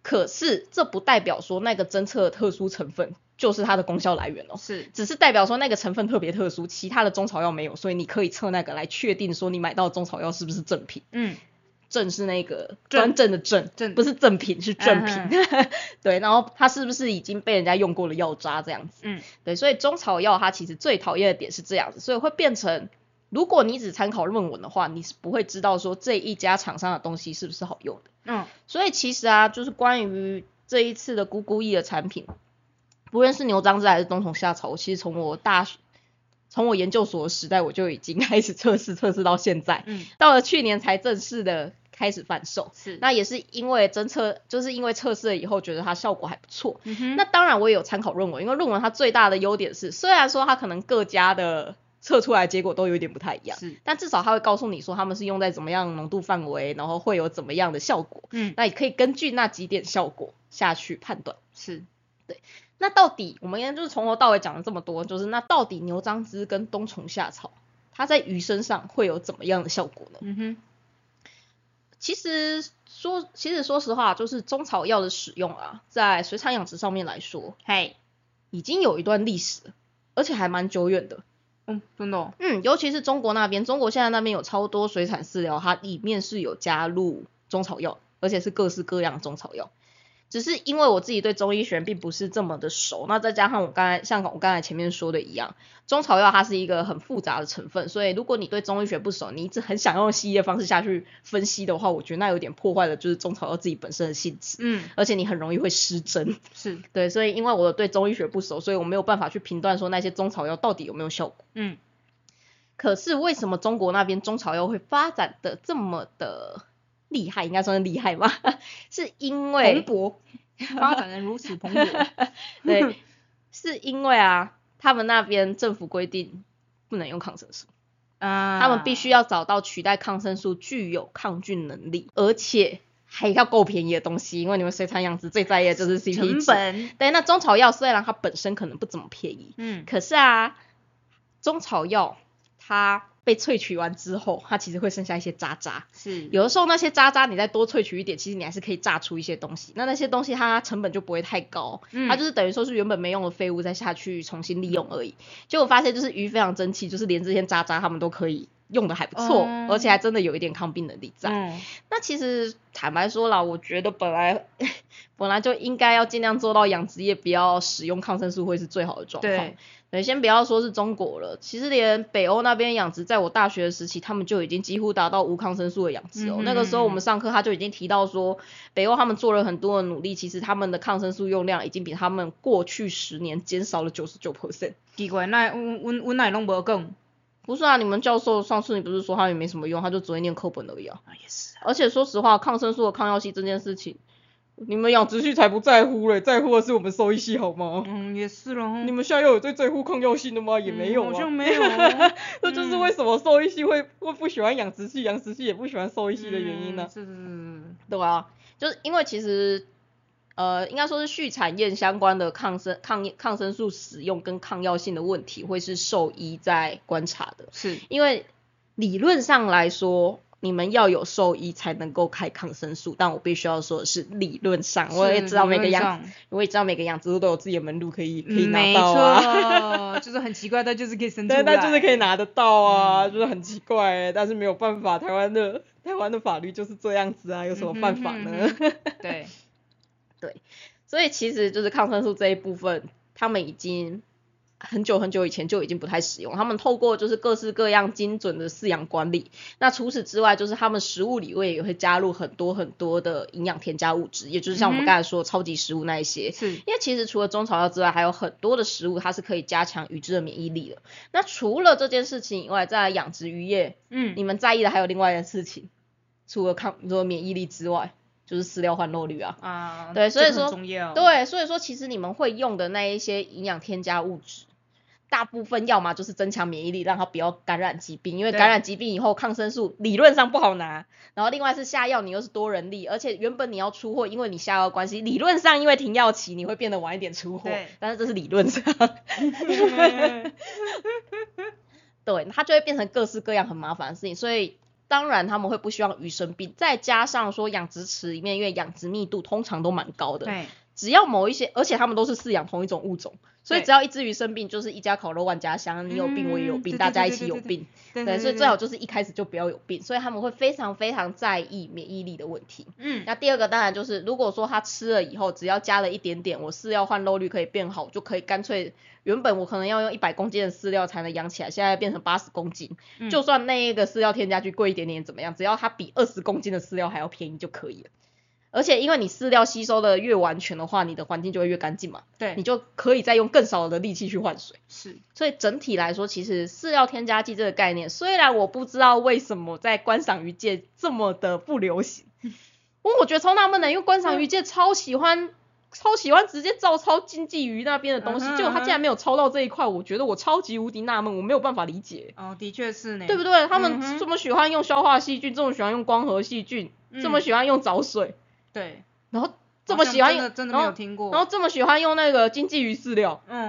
[SPEAKER 2] 可是这不代表说那个侦测的特殊成分就是它的功效来源哦。
[SPEAKER 1] 是
[SPEAKER 2] 只是代表说那个成分特别特殊，其他的中草药没有，所以你可以测那个来确定说你买到的中草药是不是正品。
[SPEAKER 1] 嗯
[SPEAKER 2] 正是那个
[SPEAKER 1] 正
[SPEAKER 2] 端正的正，
[SPEAKER 1] 正
[SPEAKER 2] 不是正品是正品
[SPEAKER 1] 嗯。
[SPEAKER 2] 对，然后它是不是已经被人家用过了药渣这样子？
[SPEAKER 1] 嗯
[SPEAKER 2] 对，所以中草药它其实最讨厌的点是这样子，所以会变成，如果你只参考论文的话，你是不会知道说这一家厂商的东西是不是好用的。
[SPEAKER 1] 嗯
[SPEAKER 2] 所以其实啊，就是关于这一次的咕咕益的产品，不论是牛樟芝还是冬虫夏草，我其实从我大学，从我研究所的时代我就已经开始测试，测试到现在。
[SPEAKER 1] 嗯
[SPEAKER 2] 到了去年才正式的开始贩售。
[SPEAKER 1] 是
[SPEAKER 2] 那也是因为侦测，就是因为测试了以后，觉得它效果还不错。
[SPEAKER 1] 嗯哼
[SPEAKER 2] 那当然我也有参考论文，因为论文它最大的优点是，虽然说它可能各家的测出来的结果都有点不太一样，
[SPEAKER 1] 是
[SPEAKER 2] 但至少它会告诉你说他们是用在怎么样的浓度范围，然后会有怎么样的效果。
[SPEAKER 1] 嗯
[SPEAKER 2] 那也可以根据那几点效果下去判断。
[SPEAKER 1] 是
[SPEAKER 2] 那到底我们今天就是从头到尾讲了这么多，就是那到底牛樟芝跟冬虫夏草，它在鱼身上会有怎么样的效果呢？
[SPEAKER 1] 嗯哼
[SPEAKER 2] 其实说，其实说实话，就是中草药的使用啊，在水产养殖上面来说，
[SPEAKER 1] 嘿
[SPEAKER 2] 已经有一段历史了，而且还蛮久远的。
[SPEAKER 1] 嗯真的哦
[SPEAKER 2] 嗯，尤其是中国那边，中国现在那边有超多水产饲料，它里面是有加入中草药，而且是各式各样的中草药。只是因为我自己对中医学并不是这么的熟，那再加上我刚才像我刚才前面说的一样，中草药它是一个很复杂的成分，所以如果你对中医学不熟，你一直很想用西医的方式下去分析的话，我觉得那有点破坏了就是中草药自己本身的性质，
[SPEAKER 1] 嗯
[SPEAKER 2] 而且你很容易会失真。
[SPEAKER 1] 是
[SPEAKER 2] 对，所以因为我对中医学不熟，所以我没有办法去评断说那些中草药到底有没有效果。
[SPEAKER 1] 嗯
[SPEAKER 2] 可是为什么中国那边中草药会发展的这么的厉害，应该算是厉害吧， 是因为
[SPEAKER 1] 蓬勃，发展的如此蓬勃。
[SPEAKER 2] 对， 是因为啊，他们那边政府规定不能用抗生素，
[SPEAKER 1] 嗯，
[SPEAKER 2] 他们必须要找到取代抗生素具有抗菌能力，而且还要够便宜的东西，因为你们水产养殖最在意的就是 CP
[SPEAKER 1] 成
[SPEAKER 2] 值。
[SPEAKER 1] 本，
[SPEAKER 2] 对，那中草药虽然它本身可能不怎么便宜，
[SPEAKER 1] 嗯，
[SPEAKER 2] 可是啊，中草药它被萃取完之后，它其实会剩下一些渣渣。
[SPEAKER 1] 是
[SPEAKER 2] 有的时候那些渣渣你再多萃取一点，其实你还是可以榨出一些东西。那那些东西它成本就不会太高，
[SPEAKER 1] 嗯
[SPEAKER 2] 它就是等于说是原本没用的废物再下去重新利用而已。结果发现就是鱼非常争气，就是连这些渣渣它们都可以用的还不错，
[SPEAKER 1] 嗯
[SPEAKER 2] 而且还真的有一点抗病能力在。
[SPEAKER 1] 嗯
[SPEAKER 2] 那其实坦白说啦，我觉得本来 本来就应该要尽量做到养殖业不要使用抗生素会是最好的状况
[SPEAKER 1] 对。
[SPEAKER 2] 对，先不要说是中国了，其实连北欧那边养殖，在我大学的时期，他们就已经几乎达到无抗生素的养殖
[SPEAKER 1] 嗯
[SPEAKER 2] 哦。
[SPEAKER 1] 哼
[SPEAKER 2] 那个时候我们上课他就已经提到说，北欧他们做了很多的努力，其实他们的抗生素用量已经比他们过去十年减少了九十九 percent。
[SPEAKER 1] 奇怪，那阮阮阮哪会拢无讲？
[SPEAKER 2] 不是啊，你们教授上次你不是说他也没什么用，他就只会念课本而已啊。
[SPEAKER 1] 啊，也是啊，
[SPEAKER 2] 而且说实话，抗生素和抗药性这件事情，你们养殖系才不在乎嘞，在乎的是我们兽医系好吗？
[SPEAKER 1] 嗯，也是咯。
[SPEAKER 2] 你们现在又有在在乎抗药性的吗？也没有
[SPEAKER 1] 嗯好像
[SPEAKER 2] 啊。
[SPEAKER 1] 没有哦
[SPEAKER 2] 这就是为什么兽医系会会不喜欢养殖系，养殖系也不喜欢兽医系的原因呢、
[SPEAKER 1] 嗯是是是是，
[SPEAKER 2] 对啊，就是因为其实。呃，应该说是畜产业相关的抗生抗抗生素使用跟抗药性的问题，会是兽医在观察的。
[SPEAKER 1] 是
[SPEAKER 2] 因为理论上来说，你们要有兽医才能够开抗生素，但我必须要说的是，理论上啊我也知道每个养，
[SPEAKER 1] 子
[SPEAKER 2] 我也知道每个养殖户都有自己的门路可以可以拿
[SPEAKER 1] 没
[SPEAKER 2] 到啊，
[SPEAKER 1] 错，就是很奇怪，但就是可以生出来，嗯
[SPEAKER 2] 但但就是可以
[SPEAKER 1] 以，
[SPEAKER 2] 拿得到啊，就是很奇怪欸、但是没有办法，台湾的台湾的法律就是这样子啊，有什么办法呢？
[SPEAKER 1] 嗯哼哼哼对，
[SPEAKER 2] 所以其实就是抗生素这一部分，他们已经很久很久以前就已经不太使用。他们透过就是各式各样精准的饲养管理，那除此之外，就是他们食物里面也会加入很多很多的营养添加物质，也就是像
[SPEAKER 1] 嗯
[SPEAKER 2] 我们
[SPEAKER 1] 哼
[SPEAKER 2] 刚才说的超级食物那一些。
[SPEAKER 1] 是
[SPEAKER 2] 因为其实除了中草药之外，还有很多的食物它是可以加强鱼只的免疫力的。那除了这件事情以外，在养殖渔业，
[SPEAKER 1] 嗯，
[SPEAKER 2] 你们在意的还有另外一件事情，除了抗除了免疫力之外，就是饲料换肉率啊。
[SPEAKER 1] 啊，
[SPEAKER 2] 对所以
[SPEAKER 1] 这个很
[SPEAKER 2] 说
[SPEAKER 1] 重要，，
[SPEAKER 2] 对，所以说其实你们会用的那一些营养添加物质，大部分要么就是增强免疫力，让它不要感染疾病，因为
[SPEAKER 1] 对
[SPEAKER 2] 感染疾病以后抗生素理论上不好拿。然后另外是下药，你又是多人力，而且原本你要出货，因为你下药的关系，理论上因为停药期你会变得晚一点出货
[SPEAKER 1] 对，
[SPEAKER 2] 但是这是理论上， 对，它就会变成各式各样很麻烦的事情，所以。当然，他们会不希望鱼生病，再加上说养殖池里面，因为养殖密度通常都蛮高 的，
[SPEAKER 1] 对，
[SPEAKER 2] 只要某一些，而且他们都是饲养同一种物种，所以
[SPEAKER 1] 对
[SPEAKER 2] 只要一只鱼生病，就是一家烤肉万家香， 你有病我也有
[SPEAKER 1] 嗯
[SPEAKER 2] 病，
[SPEAKER 1] 对
[SPEAKER 2] 大
[SPEAKER 1] 对
[SPEAKER 2] 家
[SPEAKER 1] 对
[SPEAKER 2] 一
[SPEAKER 1] 对
[SPEAKER 2] 起
[SPEAKER 1] 对
[SPEAKER 2] 有
[SPEAKER 1] 对
[SPEAKER 2] 病，
[SPEAKER 1] 对
[SPEAKER 2] 对，所以最好，就是一开始就不要有病，所以他们会非常非常在意免疫力的问题。
[SPEAKER 1] 嗯，
[SPEAKER 2] 那第二个当然就是，如果说他吃了以后，只要加了一点点，我饲料换肉率可以变好，就可以干脆原本我可能要用一百公斤的饲料才能养起来，现在变成八十公斤，
[SPEAKER 1] 嗯
[SPEAKER 2] 就算那一个饲料添加剂贵一点点怎么样，只要它比二十公斤的饲料还要便宜就可以了。而且因为你饲料吸收的越完全的话，你的环境就会越干净嘛，
[SPEAKER 1] 对，
[SPEAKER 2] 你就可以再用更少的力气去换水。
[SPEAKER 1] 是
[SPEAKER 2] 所以整体来说，其实饲料添加剂这个概念，虽然我不知道为什么在观赏鱼界这么的不流行，不过我觉得超纳闷的，因为观赏鱼界超喜欢、超喜欢直接照抄经济鱼那边的东西
[SPEAKER 1] 嗯，哼
[SPEAKER 2] 结果他
[SPEAKER 1] 嗯哼
[SPEAKER 2] 竟然没有抄到这一块，我觉得我超级无敌纳闷，我没有办法理解，
[SPEAKER 1] 哦，的确是呢，
[SPEAKER 2] 对不
[SPEAKER 1] 对？
[SPEAKER 2] 对？他
[SPEAKER 1] 嗯哼
[SPEAKER 2] 们这么喜欢用消化细菌，这么喜欢用光合细菌，这么
[SPEAKER 1] 嗯
[SPEAKER 2] 喜欢用藻水，
[SPEAKER 1] 对，
[SPEAKER 2] 然后这
[SPEAKER 1] 好
[SPEAKER 2] 么
[SPEAKER 1] 像
[SPEAKER 2] 喜欢哦
[SPEAKER 1] 真
[SPEAKER 2] 用
[SPEAKER 1] 的，真的
[SPEAKER 2] 然
[SPEAKER 1] 没
[SPEAKER 2] 后
[SPEAKER 1] 有听过，
[SPEAKER 2] 然后这么喜欢用那个经济鱼饲料。
[SPEAKER 1] 嗯，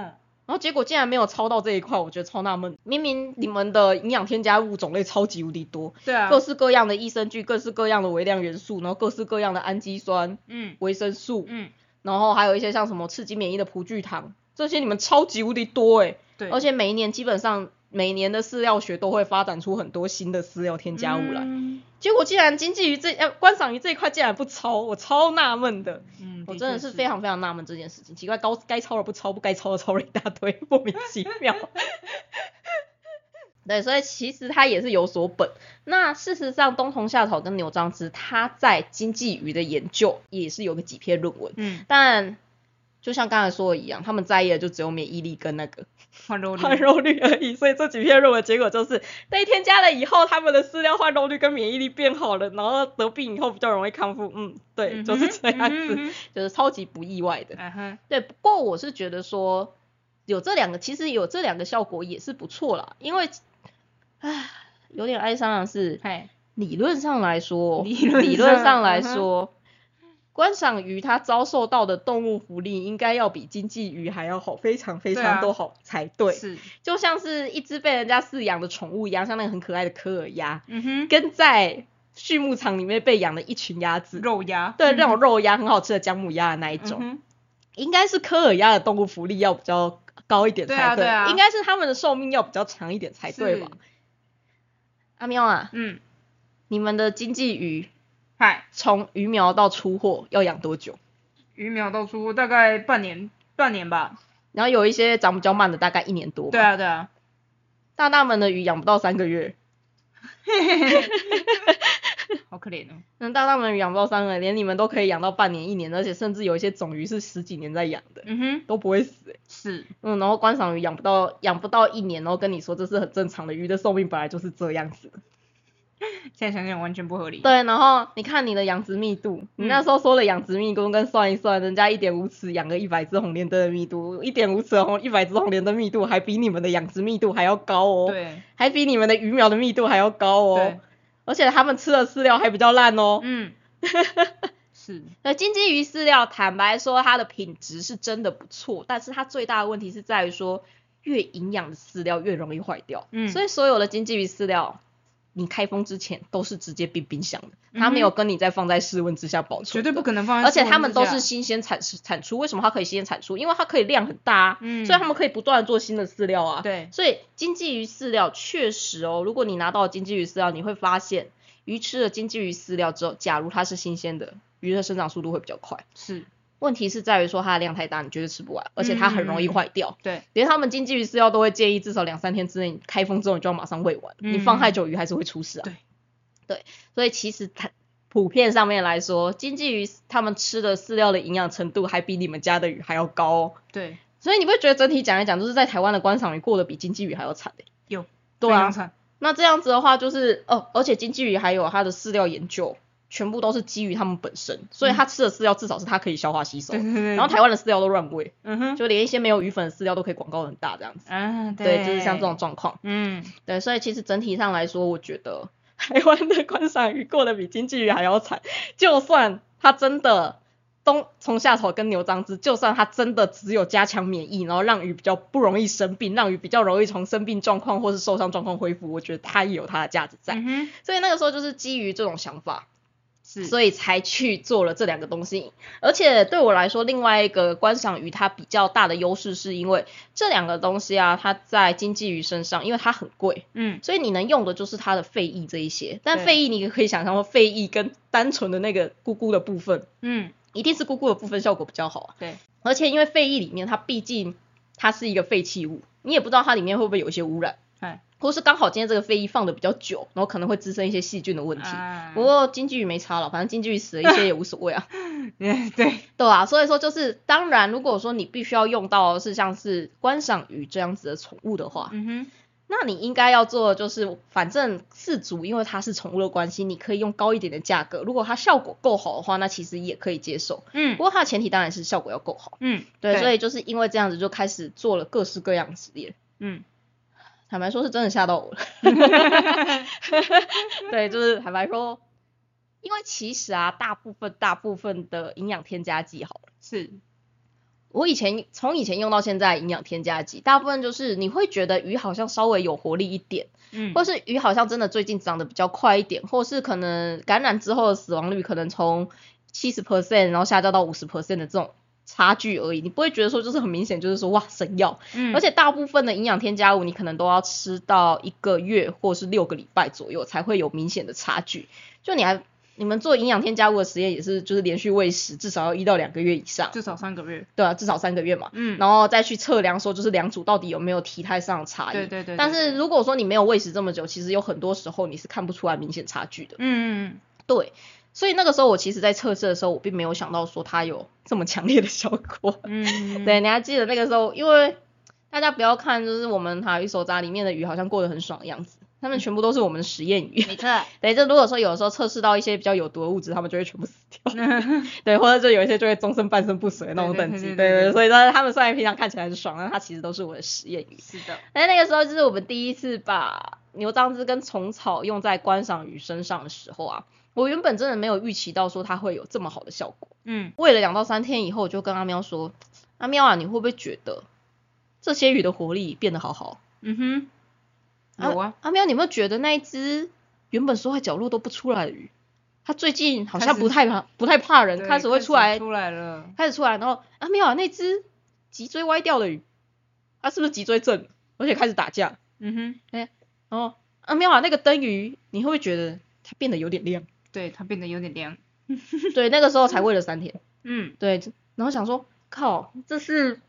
[SPEAKER 2] 然后结果竟然没有抄到这一块，我觉得超纳闷。明明你们的营养添加物种类超级无敌多，
[SPEAKER 1] 对啊，
[SPEAKER 2] 各式各样的益生菌，各式各样的微量元素，然后各式各样的氨基酸、
[SPEAKER 1] 嗯
[SPEAKER 2] 维生素，
[SPEAKER 1] 嗯，
[SPEAKER 2] 然后还有一些像什么刺激免疫的葡聚糖，这些你们超级无敌多诶、
[SPEAKER 1] 对，
[SPEAKER 2] 而且每一年基本上每年的饲料学都会发展出很多新的饲料添加物来，
[SPEAKER 1] 嗯
[SPEAKER 2] 结果竟然经济鱼这呃观赏鱼这一块竟然不抄，我超纳闷的。
[SPEAKER 1] 嗯，
[SPEAKER 2] 我
[SPEAKER 1] 的
[SPEAKER 2] 真的
[SPEAKER 1] 确
[SPEAKER 2] 是
[SPEAKER 1] 是
[SPEAKER 2] 非常非常纳闷这件事情，奇怪，高该抄的不抄，不该抄的抄了一大堆， 莫名其妙。对，所以其实它也是有所本。那事实上，冬虫夏草跟牛樟芝，它在经济鱼的研究也是有个几篇论文，
[SPEAKER 1] 嗯，
[SPEAKER 2] 但就像刚才说的一样，他们在意的就只有免疫力跟那个
[SPEAKER 1] 换肉率
[SPEAKER 2] 换肉率而已。所以这几篇论文结果就是，被添加了以后，他们的饲料换肉率跟免疫力变好了，然后得病以后比较容易康复。嗯，对，
[SPEAKER 1] 嗯哼
[SPEAKER 2] 就是这
[SPEAKER 1] 嗯
[SPEAKER 2] 样
[SPEAKER 1] 哼
[SPEAKER 2] 子，
[SPEAKER 1] 嗯哼
[SPEAKER 2] 就是超级不意外的。
[SPEAKER 1] 嗯哼，
[SPEAKER 2] 对，不过我是觉得说有这两个，其实有这两个效果也是不错啦，因为唉，有点哀伤的是，
[SPEAKER 1] 嗨，
[SPEAKER 2] 理论上来说，
[SPEAKER 1] 理论上
[SPEAKER 2] 上来
[SPEAKER 1] 嗯哼
[SPEAKER 2] 说，观赏鱼它遭受到的动物福利应该要比经济鱼还要好，非常非
[SPEAKER 1] 对
[SPEAKER 2] 常
[SPEAKER 1] 啊
[SPEAKER 2] 多好才对。
[SPEAKER 1] 是，
[SPEAKER 2] 就像是一只被人家饲养的宠物一样，像那个很可爱的科尔鸭，
[SPEAKER 1] 嗯哼，
[SPEAKER 2] 跟在畜牧场里面被养的一群鸭子，
[SPEAKER 1] 肉鸭，
[SPEAKER 2] 对那
[SPEAKER 1] 嗯
[SPEAKER 2] 种肉鸭很好吃的姜母鸭的那一种，
[SPEAKER 1] 嗯哼
[SPEAKER 2] 应该是科尔鸭的动物福利要比较高一点才
[SPEAKER 1] 对啊对啊
[SPEAKER 2] 应该是它们的寿命要比较长一点才对吧？？
[SPEAKER 1] 是
[SPEAKER 2] 阿喵啊，
[SPEAKER 1] 嗯，
[SPEAKER 2] 你们的经济鱼
[SPEAKER 1] 嗨，
[SPEAKER 2] 从鱼苗到出货要养多久？
[SPEAKER 1] 鱼苗到出大概半年，半年吧。
[SPEAKER 2] 然后有一些长比较慢的，大概一年多。
[SPEAKER 1] 对，啊，对啊，
[SPEAKER 2] 大大们的鱼养不到三个月，
[SPEAKER 1] 好可怜哦。
[SPEAKER 2] 那大大们的鱼养不到三个月，连你们都可以养到半年、一年，而且甚至有一些种鱼是十几年在养的，
[SPEAKER 1] 嗯哼，
[SPEAKER 2] 都不会死、欸。
[SPEAKER 1] 是，
[SPEAKER 2] 嗯，然后观赏鱼养不到养不到一年，然后跟你说这是很正常的，鱼的寿命本来就是这样子的。
[SPEAKER 1] 现在想想完全不合理。
[SPEAKER 2] 对，然后你看你的养殖密度，你
[SPEAKER 1] 嗯
[SPEAKER 2] 那时候说的养殖密度跟算一算，人家一点五尺养个一百只红莲灯的密度，一点五尺红一百只红莲灯密度还比你们的养殖密度还要高哦，
[SPEAKER 1] 对
[SPEAKER 2] 还比你们的鱼苗的密度还要高哦
[SPEAKER 1] 对，，
[SPEAKER 2] 而且他们吃的饲料还比较烂哦。
[SPEAKER 1] 嗯， 是，
[SPEAKER 2] 那金鲫鱼饲料，坦白说它的品质是真的不错，但是它最大的问题是在于说，越营养的饲料越容易坏掉。
[SPEAKER 1] 嗯
[SPEAKER 2] 所以所有的金鲫鱼饲料，你开封之前都是直接冰冰箱的，
[SPEAKER 1] 嗯哼
[SPEAKER 2] 它没有跟你再放在室温之下保存，
[SPEAKER 1] 绝对不。可能放在
[SPEAKER 2] 而且
[SPEAKER 1] 室温
[SPEAKER 2] 它们
[SPEAKER 1] 之
[SPEAKER 2] 都
[SPEAKER 1] 下
[SPEAKER 2] 是新鲜产产出，为什么它可以新鲜产出？因为它可以量很大、啊，
[SPEAKER 1] 嗯
[SPEAKER 2] 所以它们可以不断的做新的饲料啊。
[SPEAKER 1] 对，
[SPEAKER 2] 所以金鲫鱼饲料确实哦，如果你拿到金鲫鱼饲料，你会发现鱼吃了金鲫鱼饲料之后，假如它是新鲜的，鱼的生长速度会比较快。
[SPEAKER 1] 是，
[SPEAKER 2] 问题是在于说它的量太大，你绝对吃不完，而且它很容易坏掉。
[SPEAKER 1] 对，
[SPEAKER 2] 连他们金鲫鱼饲料都会建议至少两三天之内，你开封之后你就要马上喂完，
[SPEAKER 1] 嗯
[SPEAKER 2] 你放太久鱼还是会出事啊。
[SPEAKER 1] 对，
[SPEAKER 2] 对，所以其实它普遍上面来说，金鲫鱼它们吃的饲料的营养程度还比你们家的鱼还要高哦。
[SPEAKER 1] 对，
[SPEAKER 2] 所以你不会觉得整体讲一讲，就是在台湾的观赏鱼过得比金鲫鱼还要惨、欸、
[SPEAKER 1] 有，
[SPEAKER 2] 对
[SPEAKER 1] 非
[SPEAKER 2] 啊
[SPEAKER 1] 常，惨，
[SPEAKER 2] 那这样子的话，就是哦，而且金鲫鱼还有它的饲料研究，全部都是基于它们本身，所以它吃的饲料至少是它可以消化吸收的。
[SPEAKER 1] 对对对，
[SPEAKER 2] 然后台湾的饲料都乱喂，
[SPEAKER 1] 嗯哼，
[SPEAKER 2] 就连一些没有鱼粉的饲料都可以广告得很大这样子。
[SPEAKER 1] 啊，
[SPEAKER 2] 对，就是像这种，状况。
[SPEAKER 1] 嗯，
[SPEAKER 2] 对，所以其实整体上来说，我觉得 台湾的观赏鱼过得比金鲫鱼还要惨。就算它真的冬从夏草跟牛樟芝，就算它真的只有加强免疫，然后让鱼比较不容易生病，让鱼比较容易从生病状况或是受伤状况恢复，我觉得它也有它的价值在。
[SPEAKER 1] 嗯哼，
[SPEAKER 2] 所以那个时候就是基于这种想法，
[SPEAKER 1] 是，
[SPEAKER 2] 所以才去做了这两个东西。而且对我来说，另外一个观赏鱼它比较大的优势，是因为这两个东西啊，它在经济鱼身上，因为它很贵，
[SPEAKER 1] 嗯，
[SPEAKER 2] 所以你能用的就是它的肺翼这一些。但
[SPEAKER 1] 对
[SPEAKER 2] 肺翼你可以想象说，肺翼跟单纯的那个咕咕的部分，
[SPEAKER 1] 嗯，
[SPEAKER 2] 一定是咕咕的部分效果比较好啊。
[SPEAKER 1] 对，
[SPEAKER 2] 而且因为肺翼里面它毕竟它是一个废弃物，你也不知道它里面会不会有一些污染，
[SPEAKER 1] 哎，
[SPEAKER 2] 或是刚好今天这个肺翼放的比较久，然后可能会滋生一些细菌的问题。
[SPEAKER 1] 啊
[SPEAKER 2] 不，过金鲫鱼没差了，反正金鲫鱼死了一些也无所谓啊。
[SPEAKER 1] 对，
[SPEAKER 2] 对啊，所以说就是，当然如果说你必须要用到的是像是观赏鱼这样子的宠物的话，
[SPEAKER 1] 嗯哼，
[SPEAKER 2] 那你应该要做的就是，反正饲主因为它是宠物的关系，你可以用高一点的价格，如果它效果够好的话，那其实也可以接受。不
[SPEAKER 1] 嗯，
[SPEAKER 2] 过它的前提当然是效果要够好。
[SPEAKER 1] 嗯，
[SPEAKER 2] 对，所以就是因为这样子就开始做了各式各样的实验。
[SPEAKER 1] 嗯，
[SPEAKER 2] 坦白说，是真的吓到我了。对，就是坦白说，因为其实啊，大部分大部分的营养添加剂好了，
[SPEAKER 1] 是，
[SPEAKER 2] 我以前从以前用到现在，营养添加剂大部分就是你会觉得鱼好像稍微有活力一点，
[SPEAKER 1] 嗯，
[SPEAKER 2] 或是鱼好像真的最近长得比较快一点，或是可能感染之后的死亡率可能从七十 percent 然后下降到五十 percent 的这种差距而已，你不会觉得说就是很明显就是说哇神药，
[SPEAKER 1] 嗯，
[SPEAKER 2] 而且大部分的营养添加物，你可能都要吃到一个月或是六个礼拜左右才会有明显的差距。就你还你们做营养添加物的实验也是，就是连续喂食，至少要一到两个月以上，
[SPEAKER 1] 至少三个月，
[SPEAKER 2] 对啊，至少三个月嘛。
[SPEAKER 1] 嗯，
[SPEAKER 2] 然后再去测量说，就是两组到底有没有体态上的差异。
[SPEAKER 1] 对对对，
[SPEAKER 2] 但
[SPEAKER 1] 对，
[SPEAKER 2] 是如果说你没有喂食这么久，其实有很多时候你是看不出来明显差距的。
[SPEAKER 1] 嗯嗯，嗯
[SPEAKER 2] 对，所以那个时候我其实在测试的时候，我并没有想到说它有这么强烈的效果。
[SPEAKER 1] 嗯，
[SPEAKER 2] 对，你还记得那个时候，因为大家不要看，就是我们塔鱼手札里面的鱼好像过得很爽的样子，它们全部都是我们的实验鱼。
[SPEAKER 1] 没错，
[SPEAKER 2] 对，就如果说有的时候测试到一些比较有毒的物质，它们就会全部死掉。对，或者就有一些就会终身半身不遂的那种等级。
[SPEAKER 1] 对对
[SPEAKER 2] 对
[SPEAKER 1] 对对对
[SPEAKER 2] 对所以它它们虽然平常看起来很爽，但它其实都是我的实验鱼。
[SPEAKER 1] 是的，
[SPEAKER 2] 但那个时候就是我们第一次把牛樟芝跟虫草用在观赏鱼身上的时候啊，我原本真的没有预期到说它会有这么好的效果。
[SPEAKER 1] 嗯，
[SPEAKER 2] 喂了两到三天以后，我就跟阿喵说：“阿喵啊，你会不会觉得这些鱼的活力变得好好？
[SPEAKER 1] 嗯哼，有啊，
[SPEAKER 2] 阿喵，你有没有觉得那一只原本缩在角落都不出来的鱼，它最近好像
[SPEAKER 1] 开始
[SPEAKER 2] 不太怕不太怕人，
[SPEAKER 1] 对
[SPEAKER 2] 开始会出来，
[SPEAKER 1] 出来了，
[SPEAKER 2] 开始出来，然后阿喵啊，那只脊椎歪掉的鱼，它是不是脊椎症？而且开始打架。
[SPEAKER 1] 嗯哼，
[SPEAKER 2] 然后阿喵啊，那个灯鱼，你会不会觉得它变得有点亮？
[SPEAKER 1] 对，它变得有点凉，
[SPEAKER 2] 对，那个时候才喂了三天。”
[SPEAKER 1] 嗯，
[SPEAKER 2] 对，然后想说，靠，这是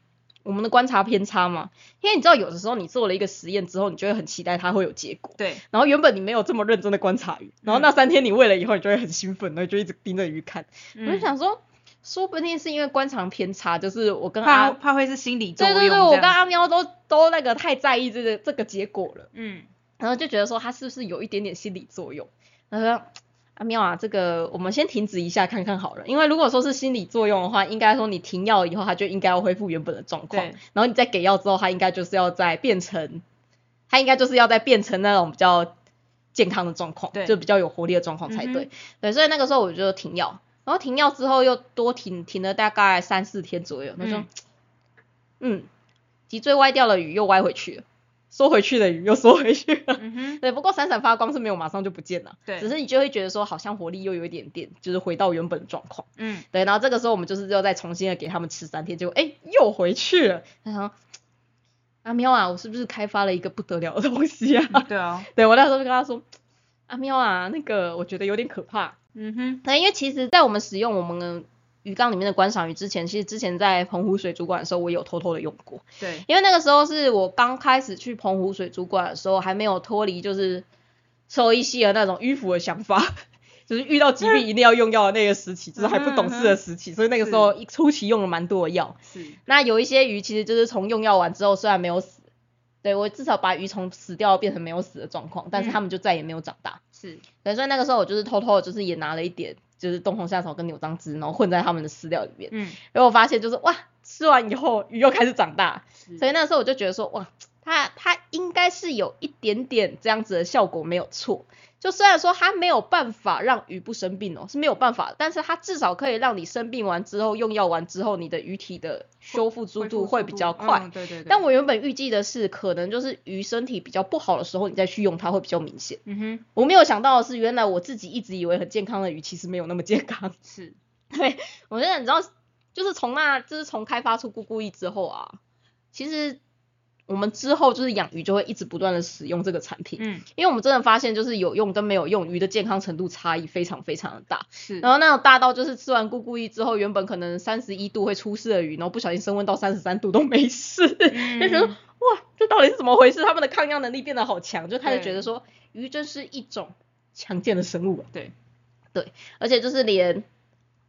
[SPEAKER 2] 我们的观察偏差嘛？因为你知道，有的时候你做了一个实验之后，你就会很期待它会有结果。
[SPEAKER 1] 对，
[SPEAKER 2] 然后原本你没有这么认真的观察鱼，然后那三天你喂了以后，你就会很兴奋，然后就一直盯着鱼看。我就
[SPEAKER 1] 嗯
[SPEAKER 2] 想说，说不定是因为观察偏差，就是我跟
[SPEAKER 1] 怕
[SPEAKER 2] 阿，
[SPEAKER 1] 怕会是心理作
[SPEAKER 2] 对
[SPEAKER 1] 用，
[SPEAKER 2] 对对，我
[SPEAKER 1] 这
[SPEAKER 2] 跟
[SPEAKER 1] 样
[SPEAKER 2] 阿喵都都那个太在意这个这个结果了。
[SPEAKER 1] 嗯，
[SPEAKER 2] 然后就觉得说他是不是有一点点心理作用，然后说阿喵啊，这个我们先停止一下看看好了，因为如果说是心理作用的话，应该说你停药以后，它就应该要恢复原本的状况
[SPEAKER 1] 对，
[SPEAKER 2] 然后你再给药之后，它应该就是要再变成，它应该就是要再变成那种比较健康的状况
[SPEAKER 1] 对，
[SPEAKER 2] 就比较有活力的状况才对，
[SPEAKER 1] 嗯
[SPEAKER 2] 对，所以那个时候我就停药，然后停药之后又多停停了大概三四天左右，他说，
[SPEAKER 1] 嗯
[SPEAKER 2] 嗯，脊椎歪掉了，鱼又歪回去了，缩回去的鱼又缩回去了。
[SPEAKER 1] 嗯哼，
[SPEAKER 2] 对，不过闪闪发光是没有马上就不见了，
[SPEAKER 1] 对
[SPEAKER 2] 只是你就会觉得说好像活力又有一点点，就是回到原本的状况。
[SPEAKER 1] 嗯，
[SPEAKER 2] 对，然后这个时候我们就是又再重新的给他们吃三天，结果哎又回去了。然后阿喵啊，我是不是开发了一个不得了的东西啊？
[SPEAKER 1] 对啊，
[SPEAKER 2] 对我那时候就跟他说，阿喵啊，那个我觉得有点可怕。
[SPEAKER 1] 嗯哼，
[SPEAKER 2] 对，因为其实，在我们使用我们的鱼缸里面的观赏鱼之前，其实之前在澎湖水族馆的时候，我也有偷偷的用过。
[SPEAKER 1] 对，
[SPEAKER 2] 因为那个时候是我刚开始去澎湖水族馆的时候，还没有脱离就是兽医系的那种迂腐的想法， 就是遇到疾病一定要用药的那个时期，就是还不懂事的时期，所以那个时候一初期用了蛮多的药。
[SPEAKER 1] 是，
[SPEAKER 2] 那有一些鱼其实就是从用药完之后，虽然没有死，对我至少把鱼从死掉变成没有死的状况，但是它们就再也没有长大。
[SPEAKER 1] 是，
[SPEAKER 2] 对，所以那个时候我就是偷偷的，就是也拿了一点就是冬虫夏草跟牛樟芝，然后混在它们的饲料里面，
[SPEAKER 1] 嗯，
[SPEAKER 2] 然后我发现就是哇，吃完以后鱼又开始长大，
[SPEAKER 1] 是
[SPEAKER 2] 所以那时候我就觉得说，哇，它它应该是有一点点这样子的效果没有错。就虽然说它没有办法让鱼不生病哦，是没有办法的，但是它至少可以让你生病完之后，用药完之后，你的鱼体的修复速度会比较快。
[SPEAKER 1] 嗯对对对，
[SPEAKER 2] 但我原本预计的是，可能就是鱼身体比较不好的时候，你再去用它会比较明显。
[SPEAKER 1] 嗯哼，
[SPEAKER 2] 我没有想到的是，原来我自己一直以为很健康的鱼，其实没有那么健康。
[SPEAKER 1] 是，
[SPEAKER 2] 我觉得你知道，就是从那，就是从开发出咕咕意之后啊，其实我们之后就是养鱼就会一直不断的使用这个产品，
[SPEAKER 1] 嗯，
[SPEAKER 2] 因为我们真的发现就是有用跟没有用鱼的健康程度差异非常非常的大。
[SPEAKER 1] 是，
[SPEAKER 2] 然后那种大到就是吃完咕咕意之后，原本可能三十一度会出事的鱼，然后不小心升温到三十三度都没事，就觉得
[SPEAKER 1] 嗯
[SPEAKER 2] 哇，这到底是怎么回事？它们的抗压能力变得好强，就开始
[SPEAKER 1] 对
[SPEAKER 2] 觉得说鱼真是一种强健的生物、啊。
[SPEAKER 1] 对，
[SPEAKER 2] 对，而且就是连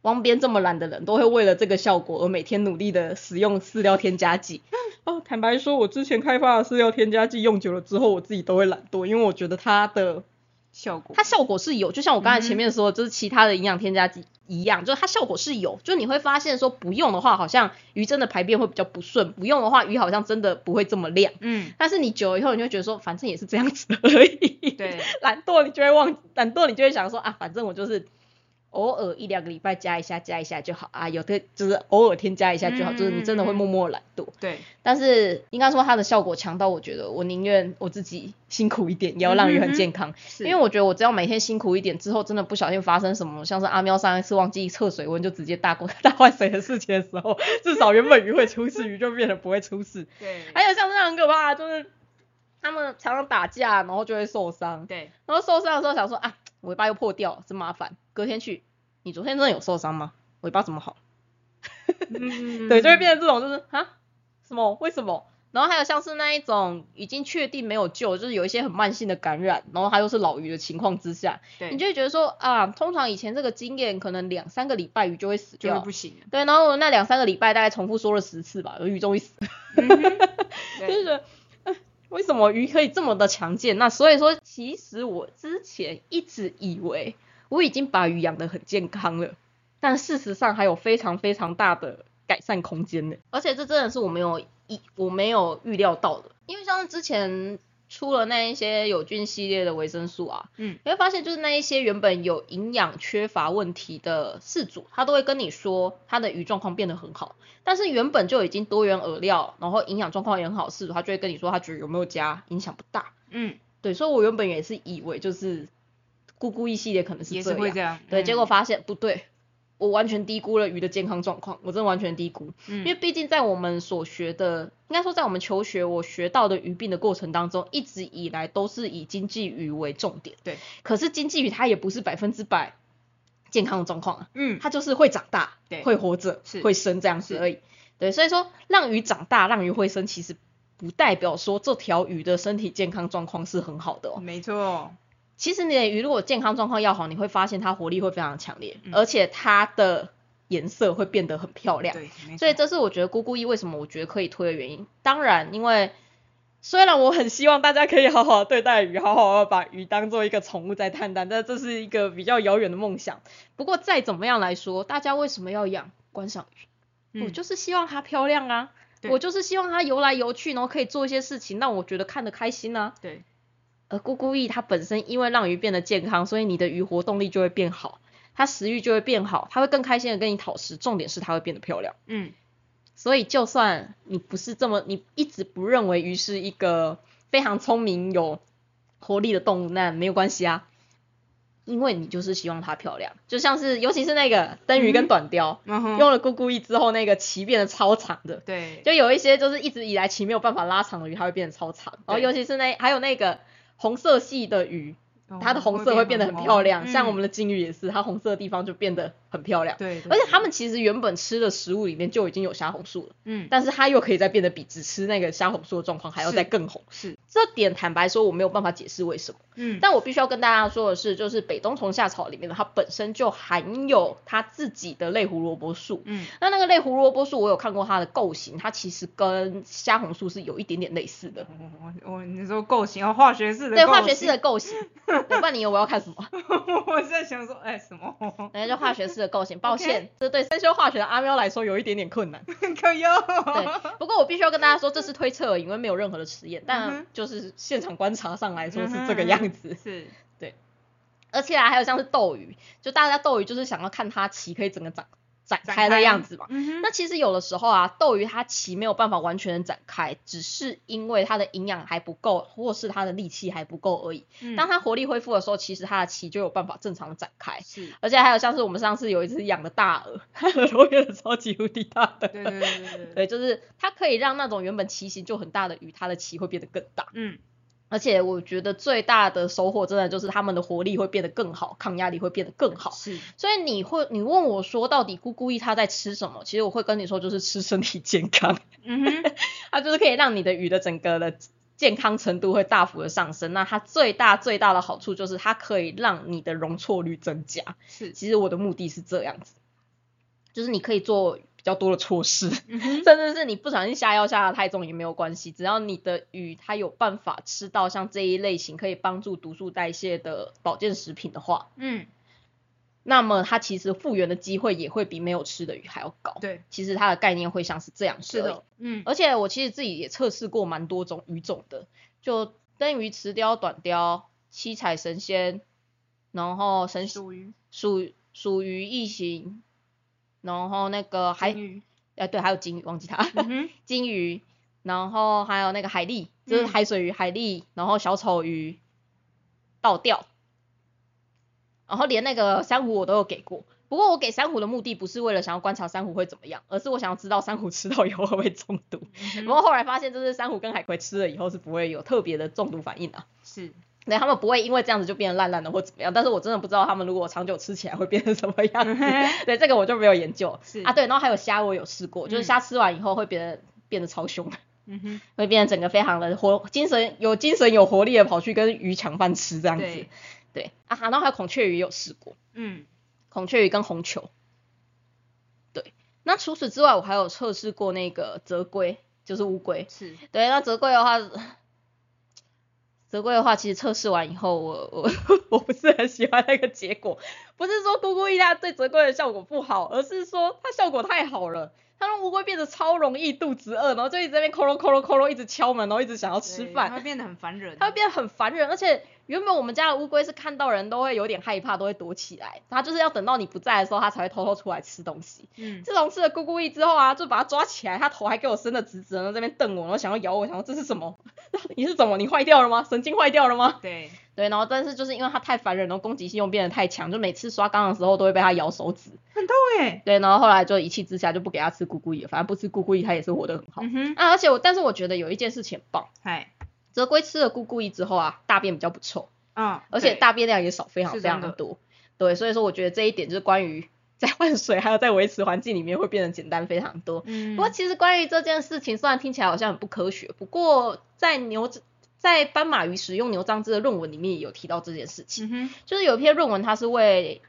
[SPEAKER 2] 汪边这么懒的人都会为了这个效果而每天努力的使用饲料添加剂。 哦，坦白说，我之前开发的饲料添加剂用久了之后，我自己都会懒惰，因为我觉得它的
[SPEAKER 1] 效果，
[SPEAKER 2] 它效果是有，就像我刚才
[SPEAKER 1] 嗯
[SPEAKER 2] 前
[SPEAKER 1] 哼
[SPEAKER 2] 面说的，就是其他的营养添加剂一样，就是它效果是有，就你会发现说不用的话，好像鱼真的排便会比较不顺，不用的话，鱼好像真的不会这么亮。
[SPEAKER 1] 嗯，
[SPEAKER 2] 但是你久了以后，你就会觉得说，反正也是这样子的而已。
[SPEAKER 1] 对，
[SPEAKER 2] 懒惰你就会忘，懒惰你就会想说啊，反正我就是偶尔一两个礼拜加一下，加一下就好啊，有的就是偶尔添加一下就好，
[SPEAKER 1] 嗯
[SPEAKER 2] 就是你真的会默默懒惰。
[SPEAKER 1] 对，
[SPEAKER 2] 但是应该说它的效果强到我觉得我宁愿我自己辛苦一点，也要让鱼很健康，
[SPEAKER 1] 嗯是，
[SPEAKER 2] 因为我觉得我只要每天辛苦一点之后，真的不小心发生什么像是阿喵上一次忘记测水温就直接大过大换水的事情的时候， 至少原本鱼会出事，鱼就变得不会出事。
[SPEAKER 1] 对，
[SPEAKER 2] 还有像这样很可怕，就是他们常常打架，然后就会受伤。
[SPEAKER 1] 对，
[SPEAKER 2] 然后受伤的时候想说啊，尾巴又破掉了，真麻烦。隔天去，你昨天真的有受伤吗？尾巴怎么好？
[SPEAKER 1] 嗯
[SPEAKER 2] 对，就会变成这种，就是啊，什么？为什么？然然后还有像是那一种已经确定没有救，就是有一些很慢性的感染，然后它又是老鱼的情况之下，
[SPEAKER 1] 对，
[SPEAKER 2] 你就会觉得说啊，通常以前这个经验可能两三个礼拜鱼就会死
[SPEAKER 1] 就是
[SPEAKER 2] 掉
[SPEAKER 1] 不，行了。
[SPEAKER 2] 对，然后那两三个礼拜大概重复说了十次吧，鱼终于死了，
[SPEAKER 1] 嗯哼
[SPEAKER 2] 就
[SPEAKER 1] 对
[SPEAKER 2] 是觉得。哎为什么鱼可以这么的强健？那所以说，其实我之前一直以为我已经把鱼养得很健康了，但事实上还有非常非常大的改善空间呢。而且这真的是我没有意我没有预料到的，因为像是之前出了那一些有菌系列的维生素啊，
[SPEAKER 1] 嗯，
[SPEAKER 2] 你会发现，就是那一些原本有营养缺乏问题的饲主，他都会跟你说他的鱼状况变得很好，但是原本就已经多元饵料，然后营养状况也很好的饲主，他就会跟你说他觉得有没有加影响不大。
[SPEAKER 1] 嗯，
[SPEAKER 2] 对，所以我原本也是以为就是咕咕一系列可能
[SPEAKER 1] 也
[SPEAKER 2] 这
[SPEAKER 1] 是
[SPEAKER 2] 样，
[SPEAKER 1] 会这样。
[SPEAKER 2] 对，
[SPEAKER 1] 嗯
[SPEAKER 2] 结果发现不对，我完全低估了鱼的健康状况，我真的完全低估。因为
[SPEAKER 1] 嗯
[SPEAKER 2] 毕竟在我们所学的，应该说在我们求学我学到的鱼病的过程当中，一直以来都是以经济鱼为重点。
[SPEAKER 1] 对，
[SPEAKER 2] 可是经济鱼它也不是百分之百健康的状况啊，
[SPEAKER 1] 嗯，
[SPEAKER 2] 它就是会长大，
[SPEAKER 1] 对
[SPEAKER 2] 会活着
[SPEAKER 1] 是，
[SPEAKER 2] 会生这样子
[SPEAKER 1] 是
[SPEAKER 2] 而已。对，所以说让鱼长大，让鱼会生，其实不代表说这条鱼的身体健康状况是很好的哦。
[SPEAKER 1] 没错，
[SPEAKER 2] 其实你的鱼如果健康状况要好，你会发现它活力会非常强烈，
[SPEAKER 1] 嗯
[SPEAKER 2] 而且它的颜色会变得很漂亮。
[SPEAKER 1] 对，没错
[SPEAKER 2] 所以这是我觉得咕咕一为什么我觉得可以推的原因。当然，因为虽然我很希望大家可以好好地对待鱼，好好地把鱼当做一个宠物在看待，但这是一个比较遥远的梦想。不过再怎么样来说，大家为什么要养观赏鱼？我
[SPEAKER 1] 嗯
[SPEAKER 2] 就是希望它漂亮啊，
[SPEAKER 1] 对
[SPEAKER 2] 我就是希望它游来游去，然后可以做一些事情让我觉得看得开心啊。
[SPEAKER 1] 对，
[SPEAKER 2] 而咕咕翼它本身因为让鱼变得健康，所以你的鱼活动力就会变好，它食欲就会变好，它会更开心的跟你讨食。重点是它会变得漂亮。
[SPEAKER 1] 嗯，
[SPEAKER 2] 所以就算你不是这么，你一直不认为鱼是一个非常聪明、有活力的动物，那没有关系啊，因为你就是希望它漂亮。就像是尤其是那个灯鱼
[SPEAKER 1] 嗯
[SPEAKER 2] 跟
[SPEAKER 1] 哼
[SPEAKER 2] 短鲷，
[SPEAKER 1] 然后
[SPEAKER 2] 用了咕咕翼之后，那个鳍变得超长的。
[SPEAKER 1] 对，
[SPEAKER 2] 就有一些就是一直以来鳍没有办法拉长的鱼，它会变得超长。然后
[SPEAKER 1] 对
[SPEAKER 2] 尤其是那还有那个红色系的鱼，
[SPEAKER 1] 哦
[SPEAKER 2] 它的红色会变得很漂亮，像我们
[SPEAKER 1] 的，
[SPEAKER 2] 的金鱼也是，它红色的地方就变得很漂亮
[SPEAKER 1] 嗯。对，对
[SPEAKER 2] 而且它，们其实原本吃的食物里面就已经有虾红素了，
[SPEAKER 1] 嗯，
[SPEAKER 2] 但是它又可以再变得比只吃那个虾红素的状况还要再
[SPEAKER 1] 是
[SPEAKER 2] 更红。
[SPEAKER 1] 是，
[SPEAKER 2] 这点坦白说我没有办法解释为什么，
[SPEAKER 1] 嗯，
[SPEAKER 2] 但我必须要跟大家说的是，就是北冬虫夏草里面的它本身就含有它自己的类胡萝卜素，
[SPEAKER 1] 嗯，
[SPEAKER 2] 那那个类胡萝卜素，我有看过它的构型，它其实跟虾红素是有一点点类似的，
[SPEAKER 1] 我我我你说构型哦，化学式的，
[SPEAKER 2] 对，化学式的，构型。要不然你以为我要看什 么？
[SPEAKER 1] 我在想说，哎，什么？
[SPEAKER 2] 人家就化学式的构型，抱歉，这对生修化学的阿喵来说有一点点困难。
[SPEAKER 1] 可哟，
[SPEAKER 2] 对，不过我必须要跟大家说，这是推测而已，因为没有任何的实验，
[SPEAKER 1] 嗯
[SPEAKER 2] 但
[SPEAKER 1] 哼
[SPEAKER 2] 就是现场观察上来说
[SPEAKER 1] 嗯
[SPEAKER 2] 是
[SPEAKER 1] 哼
[SPEAKER 2] 这个 样子。
[SPEAKER 1] 是，
[SPEAKER 2] 而且啊，还有像是斗鱼，就大家斗鱼就是想要看它鳍可以整个展展
[SPEAKER 1] 展
[SPEAKER 2] 开的
[SPEAKER 1] 开
[SPEAKER 2] 样子嘛。
[SPEAKER 1] 嗯哼，
[SPEAKER 2] 那其实有的时候啊，斗鱼它鳍没有办法完全地展开，只是因为它的营养还不够，或是它的力气还不够而已。
[SPEAKER 1] 嗯
[SPEAKER 2] 当它活力恢复的时候，其实它的鳍就有办法正常地展开。
[SPEAKER 1] 是，
[SPEAKER 2] 而且还有像是我们上次有一只养的大鹅，它的头变得超级无敌大的。
[SPEAKER 1] 对对对对对，
[SPEAKER 2] 对，就是它可以让那种原本鳍形就很大的鱼，它的鳍会变得更大。
[SPEAKER 1] 嗯，
[SPEAKER 2] 而且我觉得最大的收获，真的就是它们的活力会变得更好，抗压力会变得更 好。
[SPEAKER 1] 是，
[SPEAKER 2] 所以你会，你问我说到底咕咕一它在吃什么？其实我会跟你说，就是吃身体健康，
[SPEAKER 1] 嗯哼，
[SPEAKER 2] 它就是可以让你的鱼的整个的健康程度会大幅的上升。那它最大最大的好处就是它可以让你的容错率增加。
[SPEAKER 1] 是，
[SPEAKER 2] 其实我的目的是这样子，就是你可以做比较多的措施，
[SPEAKER 1] 嗯哼，
[SPEAKER 2] 甚至是你不小心下药下的太重也没有关系，只要你的鱼它有办法吃到像这一类型可以帮助毒素代谢的保健食品的话，
[SPEAKER 1] 嗯，
[SPEAKER 2] 那么它其实复原的机会也会比没有吃的鱼还要高。
[SPEAKER 1] 对，
[SPEAKER 2] 其实它的概念会像 是这样子
[SPEAKER 1] 是
[SPEAKER 2] 而已。
[SPEAKER 1] 的，嗯，
[SPEAKER 2] 而且我其实自己也测试过蛮多种鱼种的，就灯鱼、池鲷、短鲷、七彩神仙，然后神
[SPEAKER 1] 属于
[SPEAKER 2] 属属于异形，然后那个还
[SPEAKER 1] 金鱼，
[SPEAKER 2] 呃对，还有金鱼，忘记它，
[SPEAKER 1] 嗯哼，
[SPEAKER 2] 金鱼，然后还有那个海蛎，就是
[SPEAKER 1] 嗯
[SPEAKER 2] 海水鱼、海蛎，然后小丑鱼、倒吊，然后连那个珊瑚我都有给过。不过我给珊瑚的目的不是为了想要观察珊瑚会怎么样，而是我想要知道珊瑚吃到以后会不会中毒。
[SPEAKER 1] 嗯
[SPEAKER 2] 然
[SPEAKER 1] 哼
[SPEAKER 2] 后后来发现，就是珊瑚跟海葵吃了以后是不会有特别的中毒反应啊。
[SPEAKER 1] 是，
[SPEAKER 2] 对，他们不会因为这样子就变得烂烂的或怎么样，但是我真的不知道他们如果长久吃起来会变成什么样子。 对，这个我就没有研究
[SPEAKER 1] 嗯是
[SPEAKER 2] 啊。对，然后还有虾我有试过，就是
[SPEAKER 1] 嗯
[SPEAKER 2] 虾吃完以后会变得变得超凶，
[SPEAKER 1] 嗯哼，
[SPEAKER 2] 会变得整个非常的活，精神有精神有活力的跑去跟鱼抢饭吃这样子。
[SPEAKER 1] 对
[SPEAKER 2] 对啊，然后还有孔雀鱼也有试过，
[SPEAKER 1] 嗯，
[SPEAKER 2] 孔雀鱼跟红球。对，那除此之外，我还有测试过那个泽龟，就是乌龟。
[SPEAKER 1] 是，
[SPEAKER 2] 对，那折桂的话， 折桂的话，其实测试完以后，我我 我不是很喜欢那个结果，不是说咕咕一它对折桂的效果不好，而是说它效果太好了，它让乌龟变得超容易肚子饿，然后就一直在那边咯咯咯咯咯咯一直敲门，然后一直想要 吃
[SPEAKER 1] 对
[SPEAKER 2] 饭
[SPEAKER 1] 它，会变得很烦人。
[SPEAKER 2] 它会变得很烦人，而且原本我们家的乌龟是看到人都会有点害怕，都会躲起来，它就是要等到你不在的时候，它才会偷偷出来吃东西。
[SPEAKER 1] 嗯，
[SPEAKER 2] 自从吃了咕咕一之后啊，就把它抓起来，它头还给我伸的直直的，然后在那边瞪我，然后想要咬我，想说这是什么？你是怎么？你坏掉了吗？神经坏掉了吗？
[SPEAKER 1] 对，
[SPEAKER 2] 对，然后但是就是因为它太烦人，然后攻击性又变得太强，就每次刷缸的时候都会被它咬手指。
[SPEAKER 1] 很痛哎。
[SPEAKER 2] 对，然后后来就一气之下就不给它吃咕咕一了，反正不吃咕咕一它也是活得很好、
[SPEAKER 1] 嗯哼，
[SPEAKER 2] 啊。而且我，但是我觉得有一件事情很棒，
[SPEAKER 1] 嗨，
[SPEAKER 2] 泽龟吃了咕咕一之后啊，大便比较不臭，
[SPEAKER 1] 嗯，
[SPEAKER 2] 而且
[SPEAKER 1] 对
[SPEAKER 2] 大便量也少非常
[SPEAKER 1] 是
[SPEAKER 2] 非
[SPEAKER 1] 真的
[SPEAKER 2] 常地多。对，所以说我觉得这一点就是关于在换水还有在维持环境里面会变得简单非常多。
[SPEAKER 1] 嗯，
[SPEAKER 2] 不过其实关于这件事情，虽然听起来好像很不科学，不过在牛在斑马鱼使用牛樟芝的论文里面也有提到这件事情，
[SPEAKER 1] 嗯哼，
[SPEAKER 2] 就是有一篇论文它是为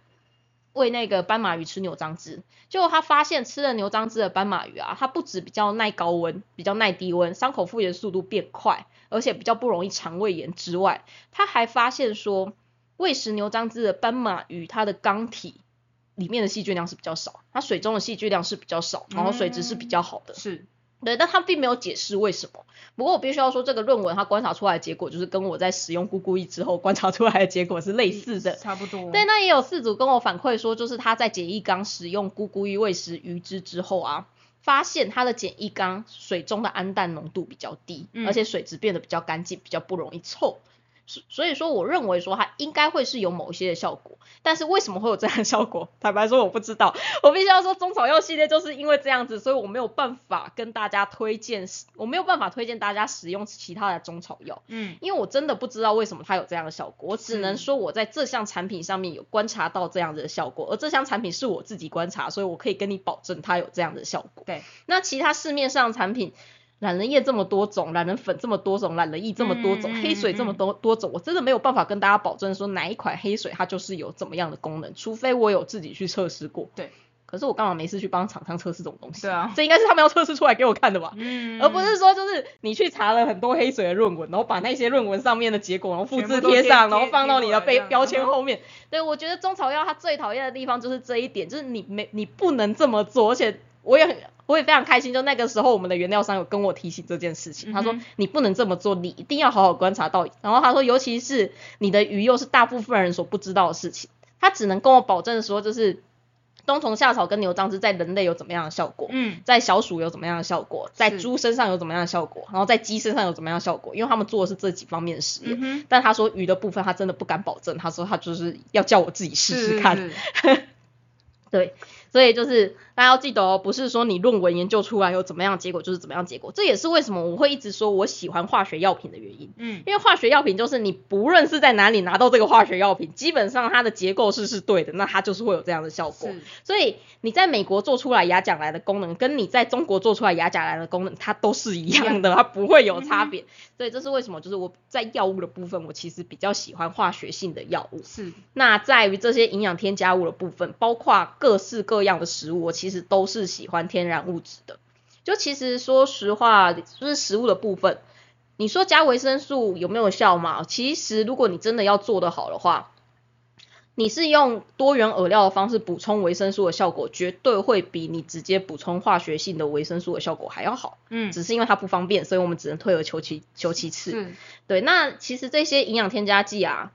[SPEAKER 2] 为那个斑马鱼吃牛樟芝，结果他发现吃了牛樟芝的斑马鱼啊，它不止比较耐高温，比较耐低温，伤口复原速度变快，而且比较不容易肠胃炎之外，他还发现说喂食牛樟芝的斑马鱼，它的缸体里面的细菌量是比较少，它水中的细菌量是比较少，然后水质是比较好的。
[SPEAKER 1] 是，
[SPEAKER 2] 对，但他并没有解释为什么。不过我必须要说，这个论文他观察出来的结果，就是跟我在使用咕咕一之后观察出来的结果是类似的。
[SPEAKER 1] 差不多。
[SPEAKER 2] 对，那也有饲主跟我反馈说，就是他在简易缸使用咕咕一喂食鱼只之后啊，发现他的简易缸水中的氨氮浓度比较低，
[SPEAKER 1] 嗯
[SPEAKER 2] 而且水质变得比较干净，比较不容易臭。所所以说，我认为说它应该会是有某一些的效果，但是为什么会有这样的效果？ 坦白说，我不知道。我必须要说，中草药系列就是因为这样子，所以我没有办法跟大家推荐，我没有办法推荐大家使用其他的中草药。
[SPEAKER 1] 嗯，
[SPEAKER 2] 因为我真的不知道为什么它有这样的效果，我只能
[SPEAKER 1] 是
[SPEAKER 2] 说我在这项产品上面有观察到这样子的效果，而这项产品是我自己观察，所以我可以跟你保证它有这样的效果。
[SPEAKER 1] 对，
[SPEAKER 2] 那其他市面上的产品，懒人液这么多种，懒人粉这么多种，懒人液这么多种，
[SPEAKER 1] 嗯嗯
[SPEAKER 2] 黑水这么多多种，我真的没有办法跟大家保证说哪一款黑水它就是有怎么样的功能，除非我有自己去测试过。
[SPEAKER 1] 对，
[SPEAKER 2] 可是我干嘛没事去帮厂商测试这种东西？
[SPEAKER 1] 对啊，
[SPEAKER 2] 这应该是他们要测试出来给我看的吧？
[SPEAKER 1] 嗯，
[SPEAKER 2] 而不是说就是你去查了很多黑水的论文，然后把那些论文上面的结果，然后复制贴上，
[SPEAKER 1] 全部都贴
[SPEAKER 2] 然后放到你的
[SPEAKER 1] 贴
[SPEAKER 2] 标
[SPEAKER 1] 过来
[SPEAKER 2] 标签后面。对，我觉得中草药它最讨厌的地方就是这一点，就是你没你不能这么做，而且我也很。我也非常开心，就那个时候我们的原料商有跟我提醒这件事情，他说
[SPEAKER 1] 嗯哼
[SPEAKER 2] 你不能这么做，你一定要好好观察到底。然后他说，尤其是你的鱼又是大部分人所不知道的事情，他只能跟我保证说，就是冬虫夏草跟牛樟芝在人类有怎么样的效果，
[SPEAKER 1] 嗯，
[SPEAKER 2] 在小鼠有怎么样的效果，在
[SPEAKER 1] 是
[SPEAKER 2] 猪身上有怎么样的效果，然后在鸡身上有怎么样的效果，因为他们做的是这几方面的实验。
[SPEAKER 1] 嗯哼，
[SPEAKER 2] 但他说鱼的部分，他真的不敢保证，他说他就是要叫我自己试试看。
[SPEAKER 1] 是，是是
[SPEAKER 2] 对，所以就是大家要记得哦，不是说你论文研究出来有怎么样的结果就是怎么样的结果，这也是为什么我会一直说我喜欢化学药品的原因。
[SPEAKER 1] 嗯，
[SPEAKER 2] 因为化学药品就是你不论是在哪里拿到这个化学药品，基本上它的结构是是对的，那它就是会有这样的效果。
[SPEAKER 1] 是，
[SPEAKER 2] 所以你在美国做出来亚甲蓝的功能，跟你在中国做出来亚甲蓝的功能，它都是一样的，它不会有差别。所以这是为什么，就是我在药物的部分，我其实比较喜欢化学性的药物。
[SPEAKER 1] 是，
[SPEAKER 2] 那在于这些营养添加物的部分，包括各式各样的食物，我其实都是喜欢天然物质的。就其实说实话，就是食物的部分，你说加维生素有没有效嘛？其实如果你真的要做得好的话，你是用多元饵料的方式补充维生素的效果，绝对会比你直接补充化学性的维生素的效果还要好。
[SPEAKER 1] 嗯，
[SPEAKER 2] 只是因为它不方便，所以我们只能退而求其求其次。
[SPEAKER 1] 是，
[SPEAKER 2] 对，那其实这些营养添加剂啊，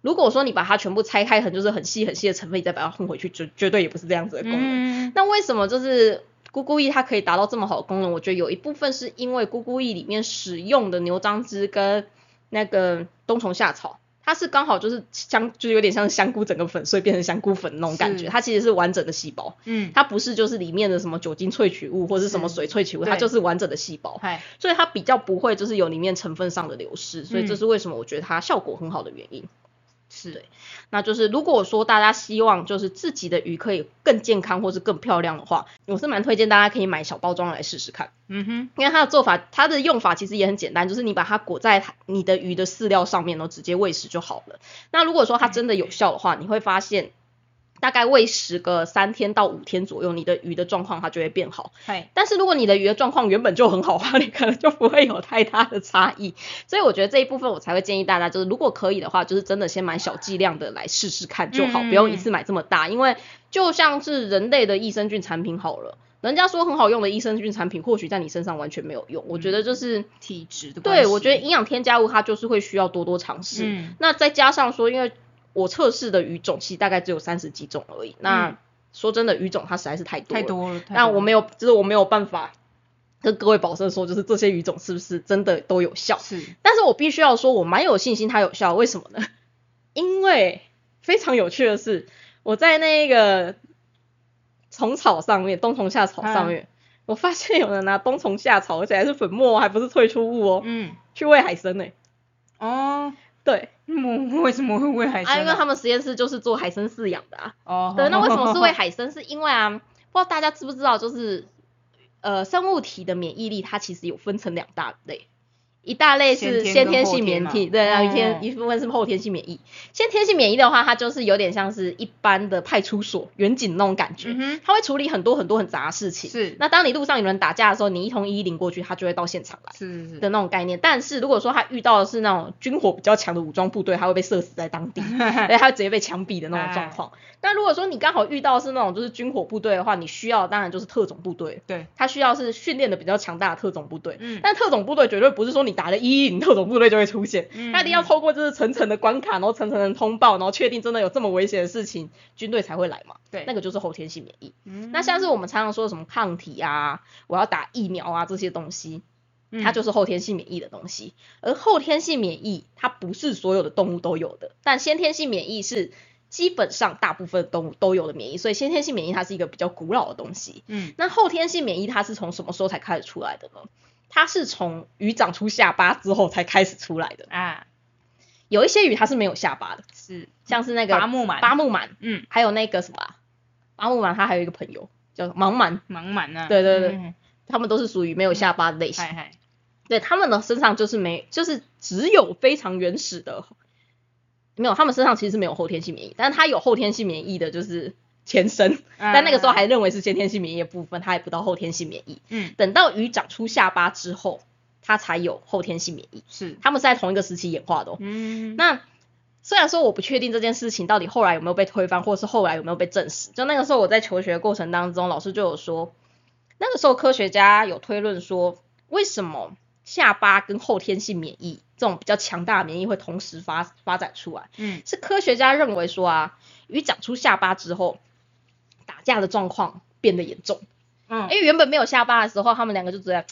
[SPEAKER 2] 如果说你把它全部拆开成就是很细很细的成分，你再把它混回去，绝绝对也不是这样子的功能。
[SPEAKER 1] 嗯，
[SPEAKER 2] 那为什么就是咕咕益它可以达到这么好的功能？我觉得有一部分是因为咕咕益里面使用的牛樟芝跟那个冬虫夏草。它是刚好就是香，就是有点像香菇整个粉碎变成香菇粉那种感觉，
[SPEAKER 1] 是
[SPEAKER 2] 它其实是完整的细胞，
[SPEAKER 1] 嗯，
[SPEAKER 2] 它不是就是里面的什么酒精萃取物或是什么
[SPEAKER 1] 是
[SPEAKER 2] 水萃取物，它
[SPEAKER 1] 对
[SPEAKER 2] 就是完整的细胞。
[SPEAKER 1] 嗨，
[SPEAKER 2] 所以它比较不会就是有里面成分上的流失，所以这是为什么我觉得它效果很好的原因。是对，那就是如果说大家希望就是自己的鱼可以更健康或是更漂亮的话，我是蛮推荐大家可以买小包装来试试看，
[SPEAKER 1] 嗯哼，
[SPEAKER 2] 因为它的做法，它的用法其实也很简单，就是你把它裹在你的鱼的饲料上面，然后直接喂食就好了。那如果说它真的有效的话，你会发现。大概喂食个三天到五天左右，你的鱼的状况它就会变好。
[SPEAKER 1] 嘿，
[SPEAKER 2] 但是如果你的鱼的状况原本就很好的话，你可能就不会有太大的差异。 所以我觉得这一部分我才会建议大家，就是如果可以的话，就是真的先买小剂量的来试试看就好，
[SPEAKER 1] 嗯嗯
[SPEAKER 2] 不用一次买这么大，因为就像是人类的益生菌产品好了。人家说很好用的益生菌产品，或许在你身上完全没有用。我觉得就是，
[SPEAKER 1] 体质的关
[SPEAKER 2] 对
[SPEAKER 1] 系
[SPEAKER 2] 我觉得营养添加物它就是会需要多多尝试。
[SPEAKER 1] 嗯
[SPEAKER 2] 那再加上说，因为我测试的鱼种其实大概只有三十几种而已。那、
[SPEAKER 1] 嗯
[SPEAKER 2] 说真的，鱼种它实在是太多了。
[SPEAKER 1] 太多了，
[SPEAKER 2] 那我没
[SPEAKER 1] 有
[SPEAKER 2] 有，就是我没有办法跟各位保证说，就是这些语种是不是真的都有效。
[SPEAKER 1] 是
[SPEAKER 2] 但是我必须要说，我蛮有信心它有效，为什么呢？ 因为非常有趣的是，我在那个虫草上面，冬虫夏草
[SPEAKER 1] 嗯
[SPEAKER 2] 上面，我发现有人拿冬虫夏草，而且还是粉末哦，还不是萃出物哦，
[SPEAKER 1] 嗯
[SPEAKER 2] 去喂海参呢、
[SPEAKER 1] 哦，
[SPEAKER 2] 对，
[SPEAKER 1] 我为什么会喂海参
[SPEAKER 2] 啊，
[SPEAKER 1] 啊？
[SPEAKER 2] 因为他们实验室就是做海参饲养的啊。
[SPEAKER 1] 哦，
[SPEAKER 2] 对，那为什么是喂海参？是因为啊，不知道大家知不知道，就是呃，生物体的免疫力它其实有分成两大类，一大类是
[SPEAKER 1] 先天
[SPEAKER 2] 先
[SPEAKER 1] 跟
[SPEAKER 2] 天
[SPEAKER 1] 后
[SPEAKER 2] 性
[SPEAKER 1] 天
[SPEAKER 2] 免
[SPEAKER 1] 嘛
[SPEAKER 2] 疫，对，然后一
[SPEAKER 1] 哦
[SPEAKER 2] 天一部分是后天性免疫。先天性免疫的话，它就是有点像是一般的派出所远景那种感觉，
[SPEAKER 1] 嗯哼
[SPEAKER 2] 它会处理很多很多很杂的事情。
[SPEAKER 1] 是
[SPEAKER 2] 那当你路上有人打架的时候，你一通一一零过去，它就会到现场来。
[SPEAKER 1] 是是是，
[SPEAKER 2] 的那种概念，但是如果说他遇到的是那种军火比较强的武装部队，他会被射死在 当地，对，他会直接被枪毙的那种状况。
[SPEAKER 1] 哎
[SPEAKER 2] 但如果说你刚好遇到是那种就是军火部队的话，你需要的当然就是特种部队，
[SPEAKER 1] 对，
[SPEAKER 2] 他需要是训练的比较强大的特种部队。
[SPEAKER 1] 嗯
[SPEAKER 2] 但特种部队绝对不是说你打了一一零特种部队就会出现，
[SPEAKER 1] 嗯
[SPEAKER 2] 他一定要透过就是层层的关卡，然后层层的通报，然后确定真的有这么危险的事情，军队才会来嘛。
[SPEAKER 1] 对
[SPEAKER 2] 那个就是后天性免疫。
[SPEAKER 1] 嗯
[SPEAKER 2] 那像是我们常常说什么抗体啊，我要打疫苗啊这些东西，
[SPEAKER 1] 嗯
[SPEAKER 2] 它就是后天性免疫的东西。而后天性免疫，它不是所有的动物都有的，但先天性免疫是基本上大部分的动物都有的免疫，所以先天性免疫它是一个比较古老的东西。
[SPEAKER 1] 嗯
[SPEAKER 2] 那后天性免疫它是从什么时候才开始出来的呢？它是从鱼长出下巴之后才开始出来的。
[SPEAKER 1] 啊
[SPEAKER 2] 有一些鱼它是没有下巴的，
[SPEAKER 1] 是
[SPEAKER 2] 像是那个
[SPEAKER 1] 伐木满，
[SPEAKER 2] 巴木满，
[SPEAKER 1] 嗯
[SPEAKER 2] 还有那个什么啊巴木满，它还有一个朋友叫盲满，
[SPEAKER 1] 忙满啊，
[SPEAKER 2] 对对对
[SPEAKER 1] 嗯，
[SPEAKER 2] 他们都是属于没有下巴的类型。
[SPEAKER 1] 嗨嗨，
[SPEAKER 2] 对，他们的身上就是没，就是只有非常原始的，没有，他们身上其实是没有后天性免疫，但是他有后天性免疫的，就是前身，
[SPEAKER 1] 嗯
[SPEAKER 2] 但那个时候还认为是先天性免疫的部分，他还不到后天性免疫。
[SPEAKER 1] 嗯
[SPEAKER 2] 等到鱼长出下巴之后，它才有后天性免疫，
[SPEAKER 1] 是
[SPEAKER 2] 他们是在同一个时期演化的、哦。
[SPEAKER 1] 嗯
[SPEAKER 2] 那虽然说我不确定这件事情到底后来有没有被推翻，或是后来有没有被证实，就那个时候我在求学的过程当中，老师就有说，那个时候科学家有推论说，为什么下巴跟后天性免疫这种比较强大的免疫会同时发发展出来，
[SPEAKER 1] 嗯
[SPEAKER 2] 是科学家认为说啊，鱼长出下巴之后，打架的状况变得严重。
[SPEAKER 1] 嗯
[SPEAKER 2] 因为原本没有下巴的时候，他们两个就只在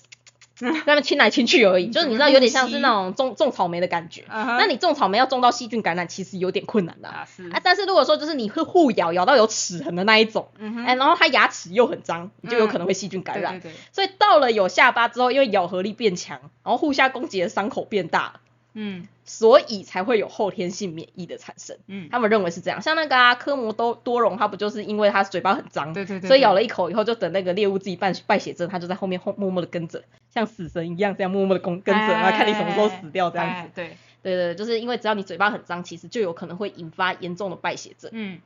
[SPEAKER 2] 在那边亲来亲去而已，就是你知道有点像是那种种种草莓的感觉。
[SPEAKER 1] 嗯哼
[SPEAKER 2] 那你种草莓要种到细菌感染，其实有点困难的啊。
[SPEAKER 1] 啊是
[SPEAKER 2] 啊，但是如果说就是你会互咬，咬到有齿痕的那一种，
[SPEAKER 1] 嗯哼
[SPEAKER 2] 哎，然后它牙齿又很脏，你就有可能会细菌感染。
[SPEAKER 1] 对对对，
[SPEAKER 2] 所以到了有下巴之后，因为咬合力变强，然后互相攻击的伤口变大，
[SPEAKER 1] 嗯
[SPEAKER 2] 所以才会有后天性免疫的产生。
[SPEAKER 1] 嗯
[SPEAKER 2] 他们认为是这样。像那个啊，科摩多多龙，它不就是因为它嘴巴很脏，
[SPEAKER 1] 对对对
[SPEAKER 2] 嗯所
[SPEAKER 1] 对
[SPEAKER 2] 以咬了一口以后，就等那个猎物自己败败血症，它就在后面后默默的跟着，像死神一样这样默默的跟跟着，然后看你什么时候死掉这样子。
[SPEAKER 1] 哎对，
[SPEAKER 2] 对对，对就是因为只要你嘴巴很脏，其实就有可能会引发严重的败血症。
[SPEAKER 1] 嗯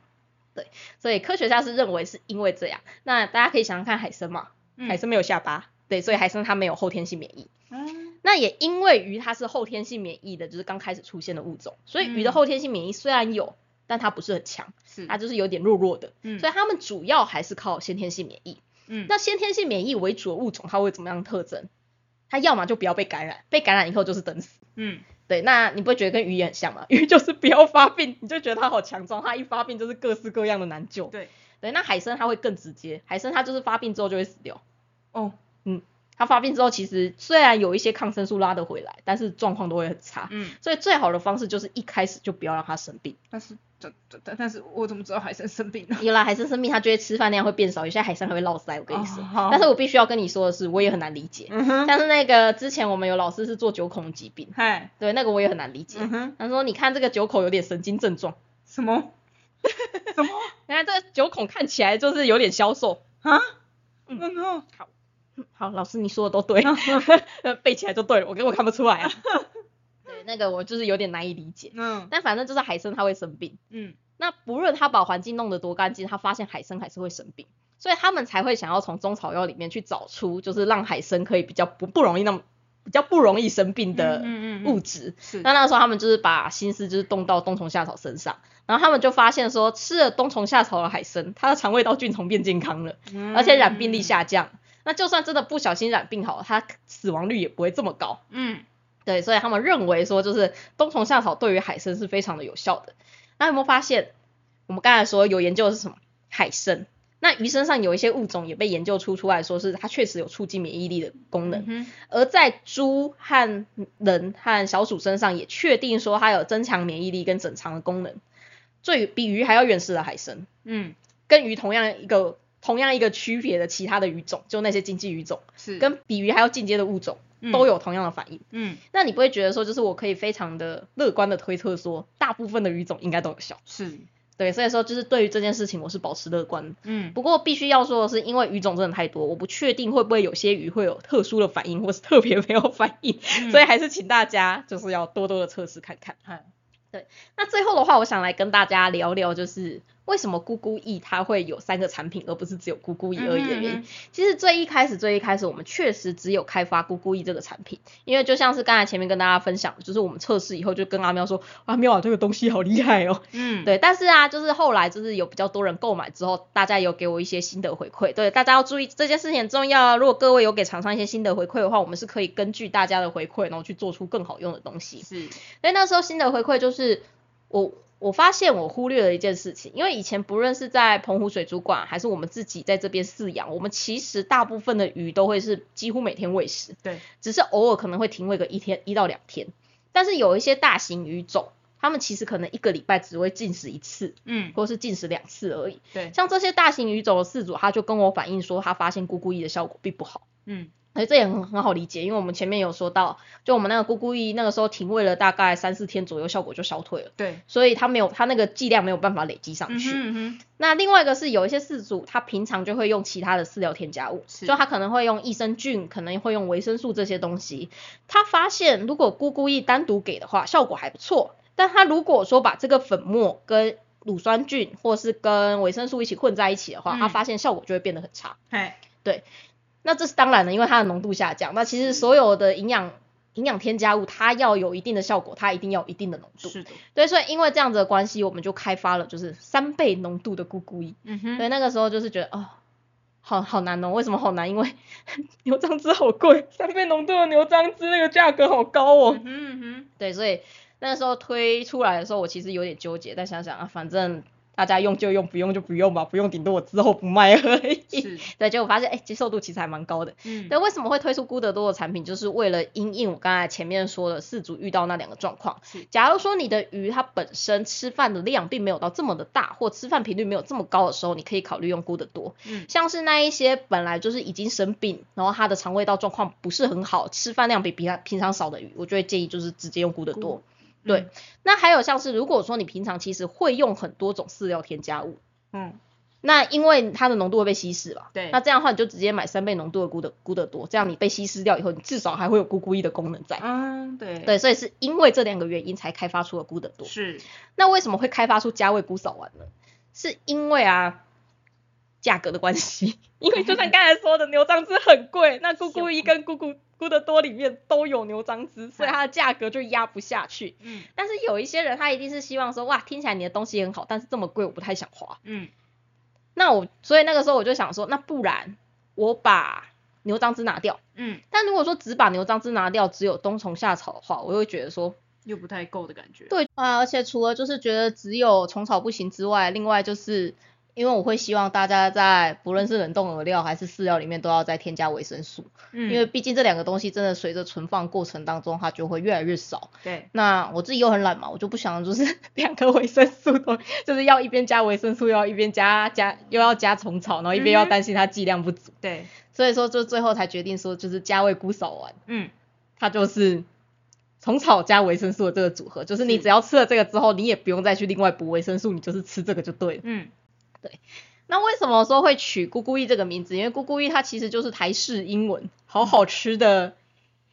[SPEAKER 2] 所以科学家是认为是因为这样。那大家可以想想看，海参嘛，
[SPEAKER 1] 嗯
[SPEAKER 2] 海参没有下巴，对，所以海参它没有后天性免疫。
[SPEAKER 1] 嗯
[SPEAKER 2] 那也因为鱼它是后天性免疫的，就是刚开始出现的物种，所以鱼
[SPEAKER 1] 嗯
[SPEAKER 2] 的后天性免疫虽然有，但它不是很强，
[SPEAKER 1] 是
[SPEAKER 2] 它就是有点弱弱的。
[SPEAKER 1] 嗯
[SPEAKER 2] 所以他们主要还是靠先天性免疫。
[SPEAKER 1] 嗯
[SPEAKER 2] 那先天性免疫为主的物种，它会有怎么样的特征？它要么就不要被感染，被感染以后就是等死。
[SPEAKER 1] 嗯
[SPEAKER 2] 对，那你不会觉得跟鱼也很像吗？ 鱼就是不要发病，你就觉得它好强壮，它一发病就是各式各样的难救。
[SPEAKER 1] 对
[SPEAKER 2] 对，那海参它会更直接，海参它就是发病之后就会死掉。
[SPEAKER 1] 哦
[SPEAKER 2] 嗯，它发病之后，其实虽然有一些抗生素拉得回来，但是状况都会很差。
[SPEAKER 1] 嗯，
[SPEAKER 2] 所以最好的方式就是一开始就不要让它生病。
[SPEAKER 1] 但是但但但是我怎么知道海参生病呢？
[SPEAKER 2] 有啦，海参生病，它就会吃饭量会变少，有些海参还会落腮。我跟你说，
[SPEAKER 1] 哦好
[SPEAKER 2] 但是我必须要跟你说的是，我也很难理解。
[SPEAKER 1] 嗯哼，
[SPEAKER 2] 像是那个之前我们有老师是做九孔疾病，
[SPEAKER 1] 嗨，
[SPEAKER 2] 对那个我也很难理解。
[SPEAKER 1] 嗯哼，
[SPEAKER 2] 他说：“你看这个九孔有点神经症状，
[SPEAKER 1] 什么？什么
[SPEAKER 2] 你看这个九孔看起来就是有点消瘦。
[SPEAKER 1] 啊？
[SPEAKER 2] 嗯
[SPEAKER 1] 嗯哼，
[SPEAKER 2] 嗯” 好，老师你说的都 对，背起来就对了，我根本看不出来啊。 对，那个我就是有点难以理解。
[SPEAKER 1] 嗯
[SPEAKER 2] 但反正就是海参它会生病，
[SPEAKER 1] 嗯
[SPEAKER 2] 那不论他把环境弄得多干净，他发现海参还是会生病，所以他们才会想要从中草药里面去找出，就是让海参可以比较不不容易那么比较不容易生病的
[SPEAKER 1] 嗯嗯嗯嗯
[SPEAKER 2] 物质。
[SPEAKER 1] 是
[SPEAKER 2] 那那时候他们就是把心思就是动到冬虫夏草身上，然后他们就发现说，吃了冬虫夏草的海参，它的肠胃道菌虫变健康了，
[SPEAKER 1] 嗯
[SPEAKER 2] 而且染病率，下降。那就算真的不小心染病好了，它死亡率也不会这么高。
[SPEAKER 1] 嗯
[SPEAKER 2] 对，所以他们认为说，就是冬虫夏草对于海参是非常的有效的。那有没有发现，我们刚才说有研究的是什么？海参。那鱼身上有一些物种也被研究出出来说是它确实有促进免疫力的功能，
[SPEAKER 1] 嗯哼，
[SPEAKER 2] 而在猪和人和小鼠身上也确定说它有增强免疫力跟整肠的功能。最比鱼还要原始的海参，
[SPEAKER 1] 嗯
[SPEAKER 2] 跟鱼同样一个同样一个区别的其他的鱼种，就那些经济鱼种，
[SPEAKER 1] 是
[SPEAKER 2] 跟比鱼还要进阶的物种
[SPEAKER 1] 嗯
[SPEAKER 2] 都有同样的反应。
[SPEAKER 1] 嗯
[SPEAKER 2] 那你不会觉得说，就是我可以非常的乐观的推测说，大部分的语种应该都有效。
[SPEAKER 1] 是
[SPEAKER 2] 对，所以说就是对于这件事情，我是保持乐观。
[SPEAKER 1] 嗯
[SPEAKER 2] 不过必须要说的是，因为语种真的太多，我不确定会不会有些鱼会有特殊的反应，或是特别没有反应，
[SPEAKER 1] 嗯
[SPEAKER 2] 所以还是请大家就是要多多的测试看看。
[SPEAKER 1] 嗨
[SPEAKER 2] 那最后的话，我想来跟大家聊聊，就是为什么咕咕益它会有三个产品，而不是只有咕咕益而已的原因。
[SPEAKER 1] 嗯哼嗯哼
[SPEAKER 2] 其实最一开始，最一开始我们确实只有开发咕咕益这个产品，因为就像是刚才前面跟大家分享的，就是我们测试以后就跟阿喵说，阿喵啊，这个东西好厉害哦。
[SPEAKER 1] 嗯
[SPEAKER 2] 对，但是啊，就是后来就是有比较多人购买之后，大家有给我一些新的回馈，对，大家要注意这件事情很重要啊。如果各位有给厂商一些新的回馈的话，我们是可以根据大家的回馈，然后去做出更好用的东西。
[SPEAKER 1] 是
[SPEAKER 2] 所以那时候新的回馈就是我。我发现我忽略了一件事情，因为以前不论是在澎湖水族馆，还是我们自己在这边饲养，我们其实大部分的鱼都会是几乎每天喂食，
[SPEAKER 1] 对
[SPEAKER 2] 只是偶尔可能会停喂个一天一到两天。但是有一些大型鱼种，它们其实可能一个礼拜只会进食一次，
[SPEAKER 1] 嗯
[SPEAKER 2] 或是进食两次而已。
[SPEAKER 1] 对
[SPEAKER 2] 像这些大型鱼种的饲主，他就跟我反映说，他发现咕咕蚁的效果并不好。
[SPEAKER 1] 嗯
[SPEAKER 2] 而哎这也很很好理解，因为我们前面有说到，就我们那个咕咕蚁那个时候停喂了大概三四天左右，效果就消退了，
[SPEAKER 1] 对
[SPEAKER 2] 所以它没有它那个剂量没有办法累积上
[SPEAKER 1] 嗯
[SPEAKER 2] 去。
[SPEAKER 1] 哼嗯哼
[SPEAKER 2] 那另外一个是有一些饲主，他平常就会用其他的饲料添加物，
[SPEAKER 1] 是
[SPEAKER 2] 就他可能会用益生菌，可能会用维生素这些东西。他发现如果咕咕益单独给的话，效果还不错，但他如果说把这个粉末跟乳酸菌或是跟维生素一起混在一起的话，
[SPEAKER 1] 嗯
[SPEAKER 2] 他发现效果就会变得很差。
[SPEAKER 1] 嗨
[SPEAKER 2] 那这是当然的，因为它的浓度下降。那其实所有的营养营养添加物，它要有一定的效果，它一定要有一定的浓度。
[SPEAKER 1] 是的
[SPEAKER 2] 对，所以因为这样子的关系，我们就开发了就是三倍浓度的咕咕液。
[SPEAKER 1] 嗯哼
[SPEAKER 2] 对，那个时候就是觉得哦，好好难哦，为什么好难？因为 牛樟芝好贵，三倍浓度的牛樟芝那个价格好高哦。
[SPEAKER 1] 嗯哼嗯哼
[SPEAKER 2] 对，所以那个时候推出来的时候，我其实有点纠结，但想想啊，反正大家用就用，不用就不用吧，不用顶多我之后不卖而已。
[SPEAKER 1] 是
[SPEAKER 2] 对，结果发现哎、接受度其实还蛮高的。
[SPEAKER 1] 嗯
[SPEAKER 2] 对，为什么会推出孤得多的产品，就是为了因应我刚才前面说的饲主遇到那两个状况
[SPEAKER 1] 是。
[SPEAKER 2] 假如说你的鱼它本身吃饭的量并没有到这么的大，或吃饭频率没有这么高的时候，你可以考虑用孤得多。
[SPEAKER 1] 嗯
[SPEAKER 2] 像是那一些本来就是已经生病，然后它的肠胃道状况不是很好，吃饭量比平常平常少的鱼，我就会建议就是直接用孤得多。对，那还有像是如果说你平常其实会用很多种饲料添加物，
[SPEAKER 1] 嗯
[SPEAKER 2] 那因为它的浓度会被稀释嘛，
[SPEAKER 1] 对
[SPEAKER 2] 那这样的话你就直接买三倍浓度的菇的菇的多，这样你被稀释掉以后，你至少还会有菇菇一的功能在。
[SPEAKER 1] 嗯对
[SPEAKER 2] 对，所以是因为这两个原因才开发出了菇的多。
[SPEAKER 1] 是
[SPEAKER 2] 那为什么会开发出加味菇扫丸呢？是因为啊，价格的关系。 因为就像刚才说的，牛樟芝很贵，那菇菇一跟菇菇菇的多里面都有牛樟芝，所以它的价格就压不下去。
[SPEAKER 1] 嗯
[SPEAKER 2] 但是有一些人他一定是希望说，哇，听起来你的东西很好，但是这么贵我不太想花。
[SPEAKER 1] 嗯
[SPEAKER 2] 那我所以那个时候我就想说，那不然我把牛樟芝拿掉。
[SPEAKER 1] 嗯
[SPEAKER 2] 但如果说只把牛樟芝拿掉，只有冬虫夏草的话，我又会觉得说，
[SPEAKER 1] 又不太够的感觉
[SPEAKER 2] 对啊，而且除了就是觉得只有虫草不行之外，另外就是。因为我会希望大家在不论是冷冻饵料还是饲料里面都要再添加维生素，
[SPEAKER 1] 嗯，
[SPEAKER 2] 因为毕竟这两个东西真的随着存放过程当中它就会越来越少。
[SPEAKER 1] 对，
[SPEAKER 2] 那我自己又很懒嘛，我就不想就是 两个维生素都就是要一边加维生素，又要一边加加又要加虫草，然后一边
[SPEAKER 1] 嗯
[SPEAKER 2] 又要
[SPEAKER 1] 哼
[SPEAKER 2] 担心它剂量不足，
[SPEAKER 1] 对，
[SPEAKER 2] 所以说就最后才决定说就是加味菇扫完，
[SPEAKER 1] 嗯，
[SPEAKER 2] 它就是虫草加维生素的这个组合，就是你
[SPEAKER 1] 是
[SPEAKER 2] 只要吃了这个之后，你也不用再去另外补维生素，你就是吃这个就对了。
[SPEAKER 1] 嗯，
[SPEAKER 2] 那为什么说会取咕咕意这个名字？因为咕咕意它其实就是台式英文，好好吃的，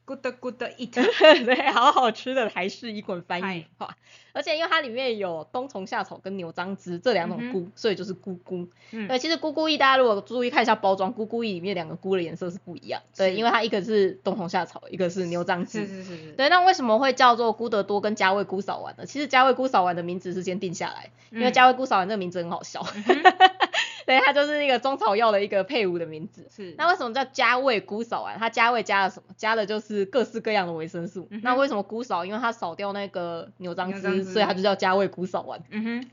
[SPEAKER 1] good good eat，
[SPEAKER 2] 对，好好吃的台式英文翻译
[SPEAKER 1] 嗨
[SPEAKER 2] 话。而且因为它里面有冬虫夏草跟牛樟芝这两种
[SPEAKER 1] 嗯哼
[SPEAKER 2] 菇，所以就是咕咕。
[SPEAKER 1] 嗯，
[SPEAKER 2] 对，其实咕咕意大家如果注意看一下包装，咕咕意里面两个菇的颜色是不一样。对，
[SPEAKER 1] 是
[SPEAKER 2] 因为它一个是冬虫夏草，一个是牛樟
[SPEAKER 1] 是
[SPEAKER 2] 芝。
[SPEAKER 1] 是是是，
[SPEAKER 2] 对，那为什么会叫做菇得多跟加味菇扫丸呢？其实加味菇扫丸的名字是先定下来，因为
[SPEAKER 1] 嗯
[SPEAKER 2] 加味菇扫丸这个名字很好笑， 对，它就是一个中草药的一个配伍的名字。
[SPEAKER 1] 是，
[SPEAKER 2] 那为什么叫加味菇扫丸？它加味加了什么？加的就是各式各样的维生素。
[SPEAKER 1] 嗯哼
[SPEAKER 2] 那为什么菇扫？因为它扫掉那个牛樟
[SPEAKER 1] 牛樟
[SPEAKER 2] 芝，
[SPEAKER 1] 芝
[SPEAKER 2] 所以它就叫加味菇扫丸。
[SPEAKER 1] 嗯哼，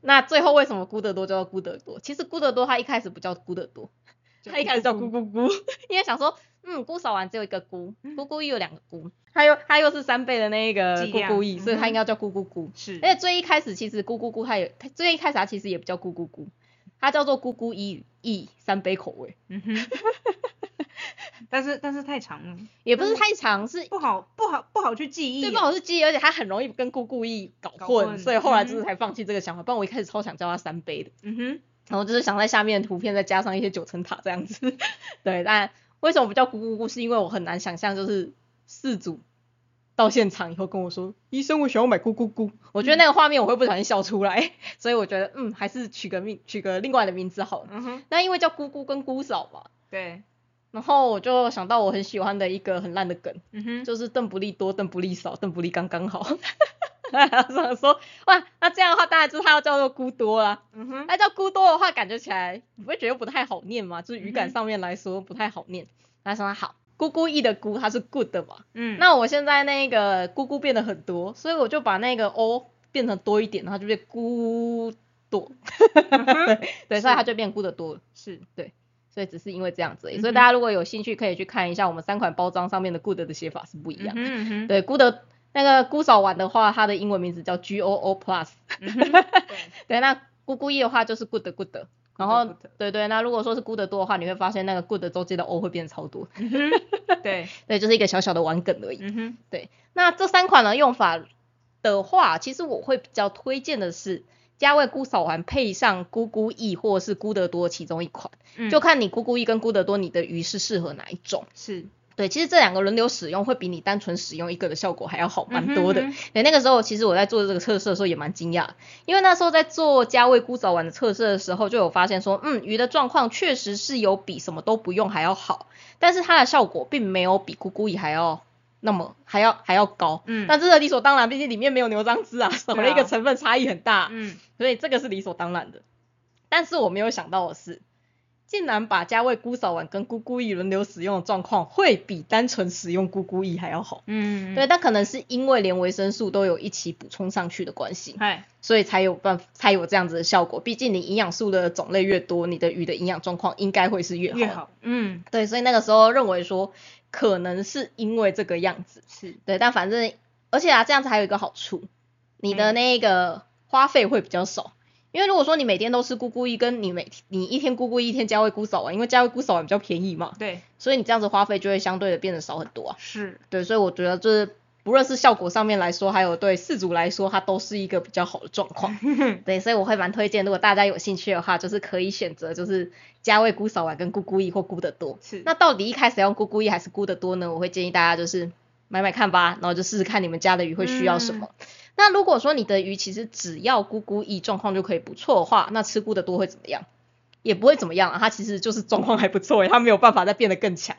[SPEAKER 2] 那最后为什么菇得多叫做菇得多？其实菇得多它一开始不叫菇得多，他一开始叫咕咕咕， 因为想说，嗯，菇扫完只有一个菇，
[SPEAKER 1] 嗯
[SPEAKER 2] 咕咕又有两个菇，它又它又是三倍的那个
[SPEAKER 1] 剂
[SPEAKER 2] 咕
[SPEAKER 1] 量
[SPEAKER 2] 咕意，所以
[SPEAKER 1] 嗯
[SPEAKER 2] 它
[SPEAKER 1] 哼
[SPEAKER 2] 应该叫咕咕咕。
[SPEAKER 1] 是，
[SPEAKER 2] 而且最一开始其实咕咕咕它也，它最一开始它其实也不叫咕咕咕，它叫做咕咕意意三杯口味，
[SPEAKER 1] 嗯哼， 但是但是太长了，
[SPEAKER 2] 也
[SPEAKER 1] 嗯
[SPEAKER 2] 不是太长，是
[SPEAKER 1] 不好不好不好去记忆，
[SPEAKER 2] 对不好是记忆，而且它很容易跟咕咕意搞
[SPEAKER 1] 搞
[SPEAKER 2] 混，
[SPEAKER 1] 混
[SPEAKER 2] 所以后来
[SPEAKER 1] 嗯
[SPEAKER 2] 就是才放弃这个想法。不然我一开始超想叫它三杯的。
[SPEAKER 1] 嗯哼，
[SPEAKER 2] 然后就是想在下面的图片再加上一些九层塔这样子。 对，但为什么不叫咕咕咕？是因为我很难想象，就是事主到现场以后跟我说：“医生，我想要买咕咕咕。”我觉得那个画面我会不小心笑出来， 所以我觉得嗯，还是取个名，取个另外的名字好了。
[SPEAKER 1] 嗯哼，
[SPEAKER 2] 那因为叫咕咕跟姑嫂嘛，
[SPEAKER 1] 对，
[SPEAKER 2] 然后我就想到我很喜欢的一个很烂的梗，
[SPEAKER 1] 嗯哼，
[SPEAKER 2] 就是邓不利多、邓不利少、邓不利刚刚好。 想说哇，那这样的话，当然就是它要叫做咕多啦。
[SPEAKER 1] 嗯哼，
[SPEAKER 2] 那叫咕多的话，感觉起来你不会觉得不太好念吗？就是语
[SPEAKER 1] 嗯
[SPEAKER 2] 感
[SPEAKER 1] 哼
[SPEAKER 2] 上面来说不太好念。那说好，咕咕意的咕它是 good 的嘛？
[SPEAKER 1] 嗯，
[SPEAKER 2] 那我现在那个咕咕变得很多，所以我就把那个 o 变成多一点，然后就变咕多，对，所以它就变咕的多了。
[SPEAKER 1] 嗯是，
[SPEAKER 2] 所以只是因为这样子而已，
[SPEAKER 1] 嗯哼
[SPEAKER 2] 所以大家如果有兴趣，可以去看一下我们三款包装上面的 good 的写法是不一
[SPEAKER 1] 嗯
[SPEAKER 2] 样。
[SPEAKER 1] 哼嗯哼，
[SPEAKER 2] 对，good 的那个咕嫂丸的话，它的英文名字叫 G O O Plus。
[SPEAKER 1] 嗯哼对，
[SPEAKER 2] 对，那咕咕一的话就是 good good，然后
[SPEAKER 1] good
[SPEAKER 2] 对对，那如果说是 good 多的话，你会发现那个 good 中间的 o 会变超多，
[SPEAKER 1] 嗯哼，对，
[SPEAKER 2] 对，就是一个小小的玩梗而已。
[SPEAKER 1] 嗯哼，
[SPEAKER 2] 那这三款的用法的话，其实我会比较推荐的是。加味菇扫完配上咕咕意或是咕得多其中一款，
[SPEAKER 1] 嗯
[SPEAKER 2] 就看你咕咕意跟咕得多你的鱼是适合哪一种。
[SPEAKER 1] 是
[SPEAKER 2] 对，其实这两个轮流使用会比你单纯使用一个的效果还要好蛮多的。
[SPEAKER 1] 嗯哼嗯
[SPEAKER 2] 对，那个时候其实我在做这个测试的时候也蛮惊讶，因为那时候在做加味菇藻丸的测试的时候，就有发现说，嗯，鱼的状况确实是有比什么都不用还要好，但是它的效果并没有比咕咕蚁还要那么还要还要高。
[SPEAKER 1] 嗯
[SPEAKER 2] 但这是理所当然，毕竟里面没有牛樟芝啊，少了一个成分差异很大，
[SPEAKER 1] 嗯，
[SPEAKER 2] 所以这个是理所当然的。但是我没有想到的是，竟然把加味菇藻丸跟咕咕蚁轮流使用的状况，会比单纯使用咕咕蚁还要好。
[SPEAKER 1] 嗯，
[SPEAKER 2] 对，，但可能是因为连维生素都有一起补充上去的关系，
[SPEAKER 1] 嗨，
[SPEAKER 2] 所以才有办法才有这样子的效果。毕竟你营养素的种类越多，你的鱼的营养状况应该会是越好。
[SPEAKER 1] 越好，嗯，
[SPEAKER 2] 对，所以那个时候认为说，可能是因为这个样子。
[SPEAKER 1] 是，
[SPEAKER 2] 对，但反正而且啊，这样子还有一个好处，你
[SPEAKER 1] 嗯
[SPEAKER 2] 的那个花费会比较少。因为如果说你每天都吃咕咕一，跟你每你一天咕咕一天加味菇扫丸，因为加味菇扫丸比较便宜嘛，
[SPEAKER 1] 对，
[SPEAKER 2] 所以你这样子花费就会相对的变得少很多啊。
[SPEAKER 1] 是，
[SPEAKER 2] 对，所以我觉得就是不论是效果上面来说，还有对饲主来说，它都是一个比较好的状况。对，所以我会蛮推荐，如果大家有兴趣的话，就是可以选择就是加味菇扫丸跟咕咕一或咕得多。
[SPEAKER 1] 是，
[SPEAKER 2] 那到底一开始要用咕咕一还是咕得多呢？我会建议大家就是买买看吧，然后就试试看你们家的鱼会需要什么。那如果说你的鱼其实只要咕咕一状况就可以不错的话，那吃咕得多会怎么样？也不会怎么样啊，它其实就是状况还不错耶，它没有办法再变得更强。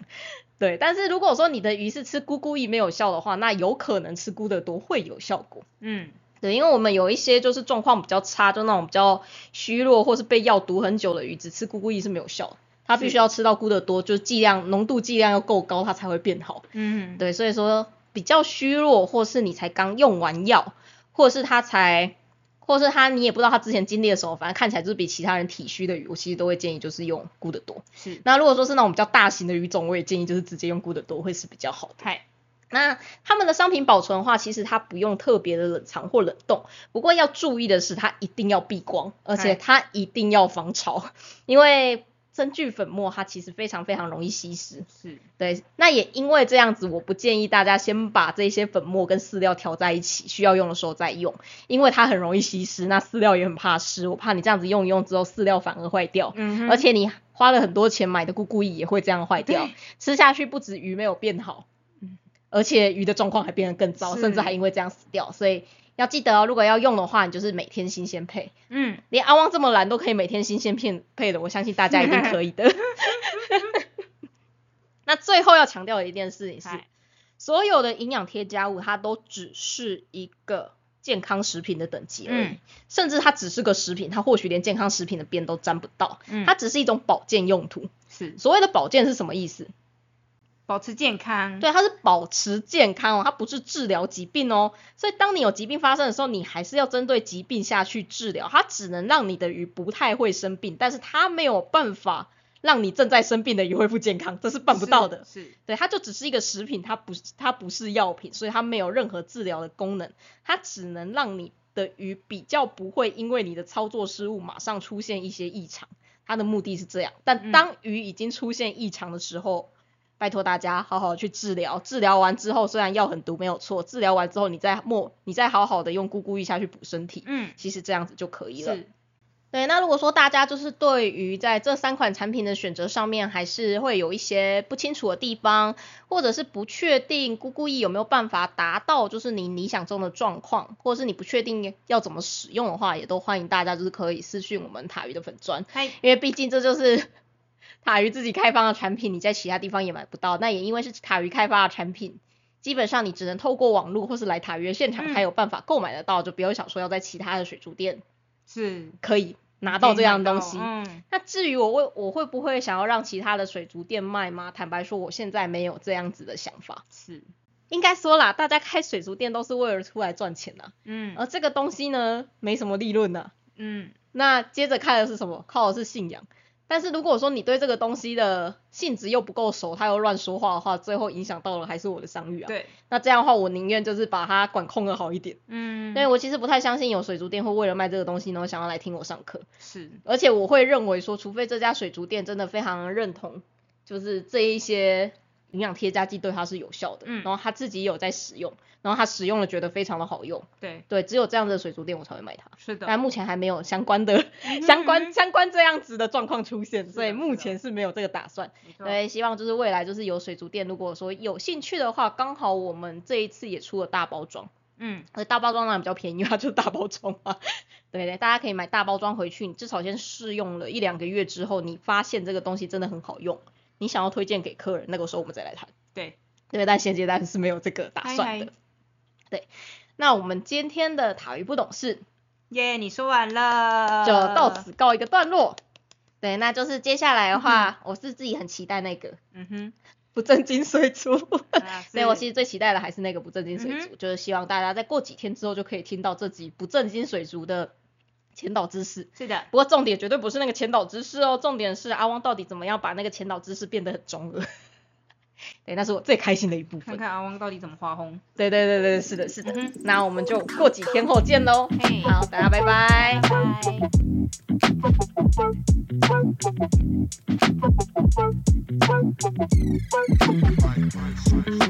[SPEAKER 2] 对，但是如果说你的鱼是吃咕咕一没有效的话，那有可能吃咕得多会有效果。
[SPEAKER 1] 嗯，
[SPEAKER 2] 对，因为我们有一些就是状况比较差，就那种比较虚弱或是被药毒很久的鱼，只吃咕咕意是没有效的。它必须
[SPEAKER 1] 是
[SPEAKER 2] 要吃到咕的多，就是剂量浓度剂量要够高，它才会变好。
[SPEAKER 1] 嗯，
[SPEAKER 2] 对，所以说比较虚弱，或是你才刚用完药，或是它才或者是他你也不知道他之前经历了什么，反正看起来就是比其他人体虚的鱼，我其实都会建议就是用菇的多。
[SPEAKER 1] 是，
[SPEAKER 2] 那如果说是那种比较大型的鱼种，我也建议就是直接用菇的多会是比较好的。
[SPEAKER 1] 嗨，
[SPEAKER 2] 那他们的商品保存的话，其实它不用特别的冷藏或冷冻，不过要注意的是，它一定要避光，而且
[SPEAKER 1] 哎
[SPEAKER 2] 它一定要防潮，因为生聚粉末它其实非常非常容易吸湿。
[SPEAKER 1] 是，
[SPEAKER 2] 对，那也因为这样子，我不建议大家先把这些粉末跟饲料调在一起，需要用的时候再用，因为它很容易吸湿，那饲料也很怕湿，我怕你这样子用一用之后，饲料反而坏掉。
[SPEAKER 1] 嗯哼
[SPEAKER 2] 而且你花了很多钱买的咕咕蚁也会这样坏掉，吃下去不止鱼没有变好
[SPEAKER 1] 嗯，
[SPEAKER 2] 而且鱼的状况还变得更糟，
[SPEAKER 1] 是
[SPEAKER 2] 甚至还因为这样死掉。所以要记得哦，如果要用的话，你就是每天新鲜配。
[SPEAKER 1] 嗯，
[SPEAKER 2] 连阿汪这么懒都可以每天新鲜片配的，我相信大家一定可以 的。那最后要强调的一件事情是
[SPEAKER 1] 嗨，
[SPEAKER 2] 所有的营养添加物它都只是一个健康食品的等级而已，
[SPEAKER 1] 嗯
[SPEAKER 2] 甚至它只是个食品，它或许连健康食品的边都沾不到，
[SPEAKER 1] 嗯
[SPEAKER 2] 它只是一种保健用途。
[SPEAKER 1] 是
[SPEAKER 2] 所谓的保健是什么意思？
[SPEAKER 1] 保持健康，，
[SPEAKER 2] 对，它是保持健康哦，它不是治疗疾病哦。所以当你有疾病发生的时候，你还是要针对疾病下去治疗，它只能让你的鱼不太会生病，但是它没有办法让你正在生病的鱼恢复健康，这是办不到的。
[SPEAKER 1] 是，
[SPEAKER 2] 对，它就只是一个食品，它不是它不是药品，所以它没有任何治疗的功能，它只能让你的鱼比较不会因为你的操作失误马上出现一些异常。它的目的是这样，
[SPEAKER 1] 嗯
[SPEAKER 2] 但当鱼已经出现异常的时候，拜托大家好好去治疗。治疗完之后，虽然药很毒没有错，治疗完之后你再莫你再好好的用咕咕一下去补身体，
[SPEAKER 1] 嗯，
[SPEAKER 2] 其实这样子就可以了。
[SPEAKER 1] 是，
[SPEAKER 2] 对，那如果说大家就是对于在这三款产品的选择上面，还是会有一些不清楚的地方，或者是不确定咕咕意有没有办法达到就是你理想中的状况，或者是你不确定要怎么使用的话，也都欢迎大家就是可以私讯我们塔鱼的粉砖，
[SPEAKER 1] 嗨，
[SPEAKER 2] 因为毕竟这就是 塔鱼自己开发的产品，你在其他地方也买不到。那也因为是塔鱼开发的产品，基本上你只能透过网络或是来塔鱼的现场
[SPEAKER 1] 嗯
[SPEAKER 2] 才有办法购买得到，就不要想说要在其他的水族店
[SPEAKER 1] 是
[SPEAKER 2] 可以拿到这样的东
[SPEAKER 1] 可
[SPEAKER 2] 西。
[SPEAKER 1] 以买到嗯，
[SPEAKER 2] 那至于我会我会不会想要让其他的水族店卖吗？坦白说，我现在没有这样子的想法。
[SPEAKER 1] 是，
[SPEAKER 2] 应该说啦，大家开水族店都是为了出来赚钱呐、
[SPEAKER 1] 嗯
[SPEAKER 2] 而这个东西呢，没什么利润呐、啊
[SPEAKER 1] 嗯，
[SPEAKER 2] 那接着看的是什么？靠的是信仰。但是如果说你对这个东西的性质又不够熟，他又乱说话的话，最后影响到了还是我的商誉啊。
[SPEAKER 1] 对，
[SPEAKER 2] 那这样的话，我宁愿就是把它管控的好一点。
[SPEAKER 1] 嗯，
[SPEAKER 2] 对，我其实不太相信有水族店会为了卖这个东西，然后想要来听我上课。
[SPEAKER 1] 是，
[SPEAKER 2] 而且我会认为说，除非这家水族店真的非常认同，就是这一些营养添加剂对它是有效的，
[SPEAKER 1] 嗯
[SPEAKER 2] 然后他自己也有在使用，然后他使用了觉得非常的好用，
[SPEAKER 1] 对，
[SPEAKER 2] 对，只有这样子的水族店我才会买它。
[SPEAKER 1] 是的，
[SPEAKER 2] 但目前还没有相关的、
[SPEAKER 1] 嗯哼
[SPEAKER 2] 相
[SPEAKER 1] 嗯
[SPEAKER 2] 关相关这样子的状况出现，
[SPEAKER 1] 的
[SPEAKER 2] 所以目
[SPEAKER 1] 是的
[SPEAKER 2] 前是没有这个打算。
[SPEAKER 1] 哼没错，
[SPEAKER 2] 对，希望就是未来就是有水族店，如果说有兴趣的话，刚好我们这一次也出了大包装。
[SPEAKER 1] 嗯，
[SPEAKER 2] 而呃大包装当然比较便宜，它 就是大包装嘛。对对，大家可以买大包装回去，你至少先试用了一两个月之后，你发现这个东西真的很好用，你想要推荐给客人，那个时候我们再来谈。
[SPEAKER 1] 对，
[SPEAKER 2] 对，但现阶段是没有这个打算的。
[SPEAKER 1] 嗨嗨
[SPEAKER 2] 对，那我们今天的塔鱼不懂事
[SPEAKER 1] 耶，你说完了，
[SPEAKER 2] 就到，此告一个段落。对，那就是接下来的 话，我是自己很期待那个
[SPEAKER 1] 嗯 哼，
[SPEAKER 2] 不正经水族。
[SPEAKER 1] 啊
[SPEAKER 2] 所以我
[SPEAKER 1] 是嗯
[SPEAKER 2] 其实最期待的还是那个不正经水族，就是希望大家在过几天之后就可以听到这集不正经水族的前导知识。
[SPEAKER 1] 是的，
[SPEAKER 2] 不过重点绝对不是那个前导知识哦，重点是阿汪到底怎么样把那个前导知识变得很中二。 对，那是我最开心的一部
[SPEAKER 1] 看
[SPEAKER 2] 分。
[SPEAKER 1] 看阿汪到底怎么画红，
[SPEAKER 2] 对对对对，是的，是的。
[SPEAKER 1] 嗯
[SPEAKER 2] 那我们就过几天后见喽。
[SPEAKER 1] 嘿
[SPEAKER 2] 嗯好，大家拜拜。
[SPEAKER 1] 拜。
[SPEAKER 3] Bye.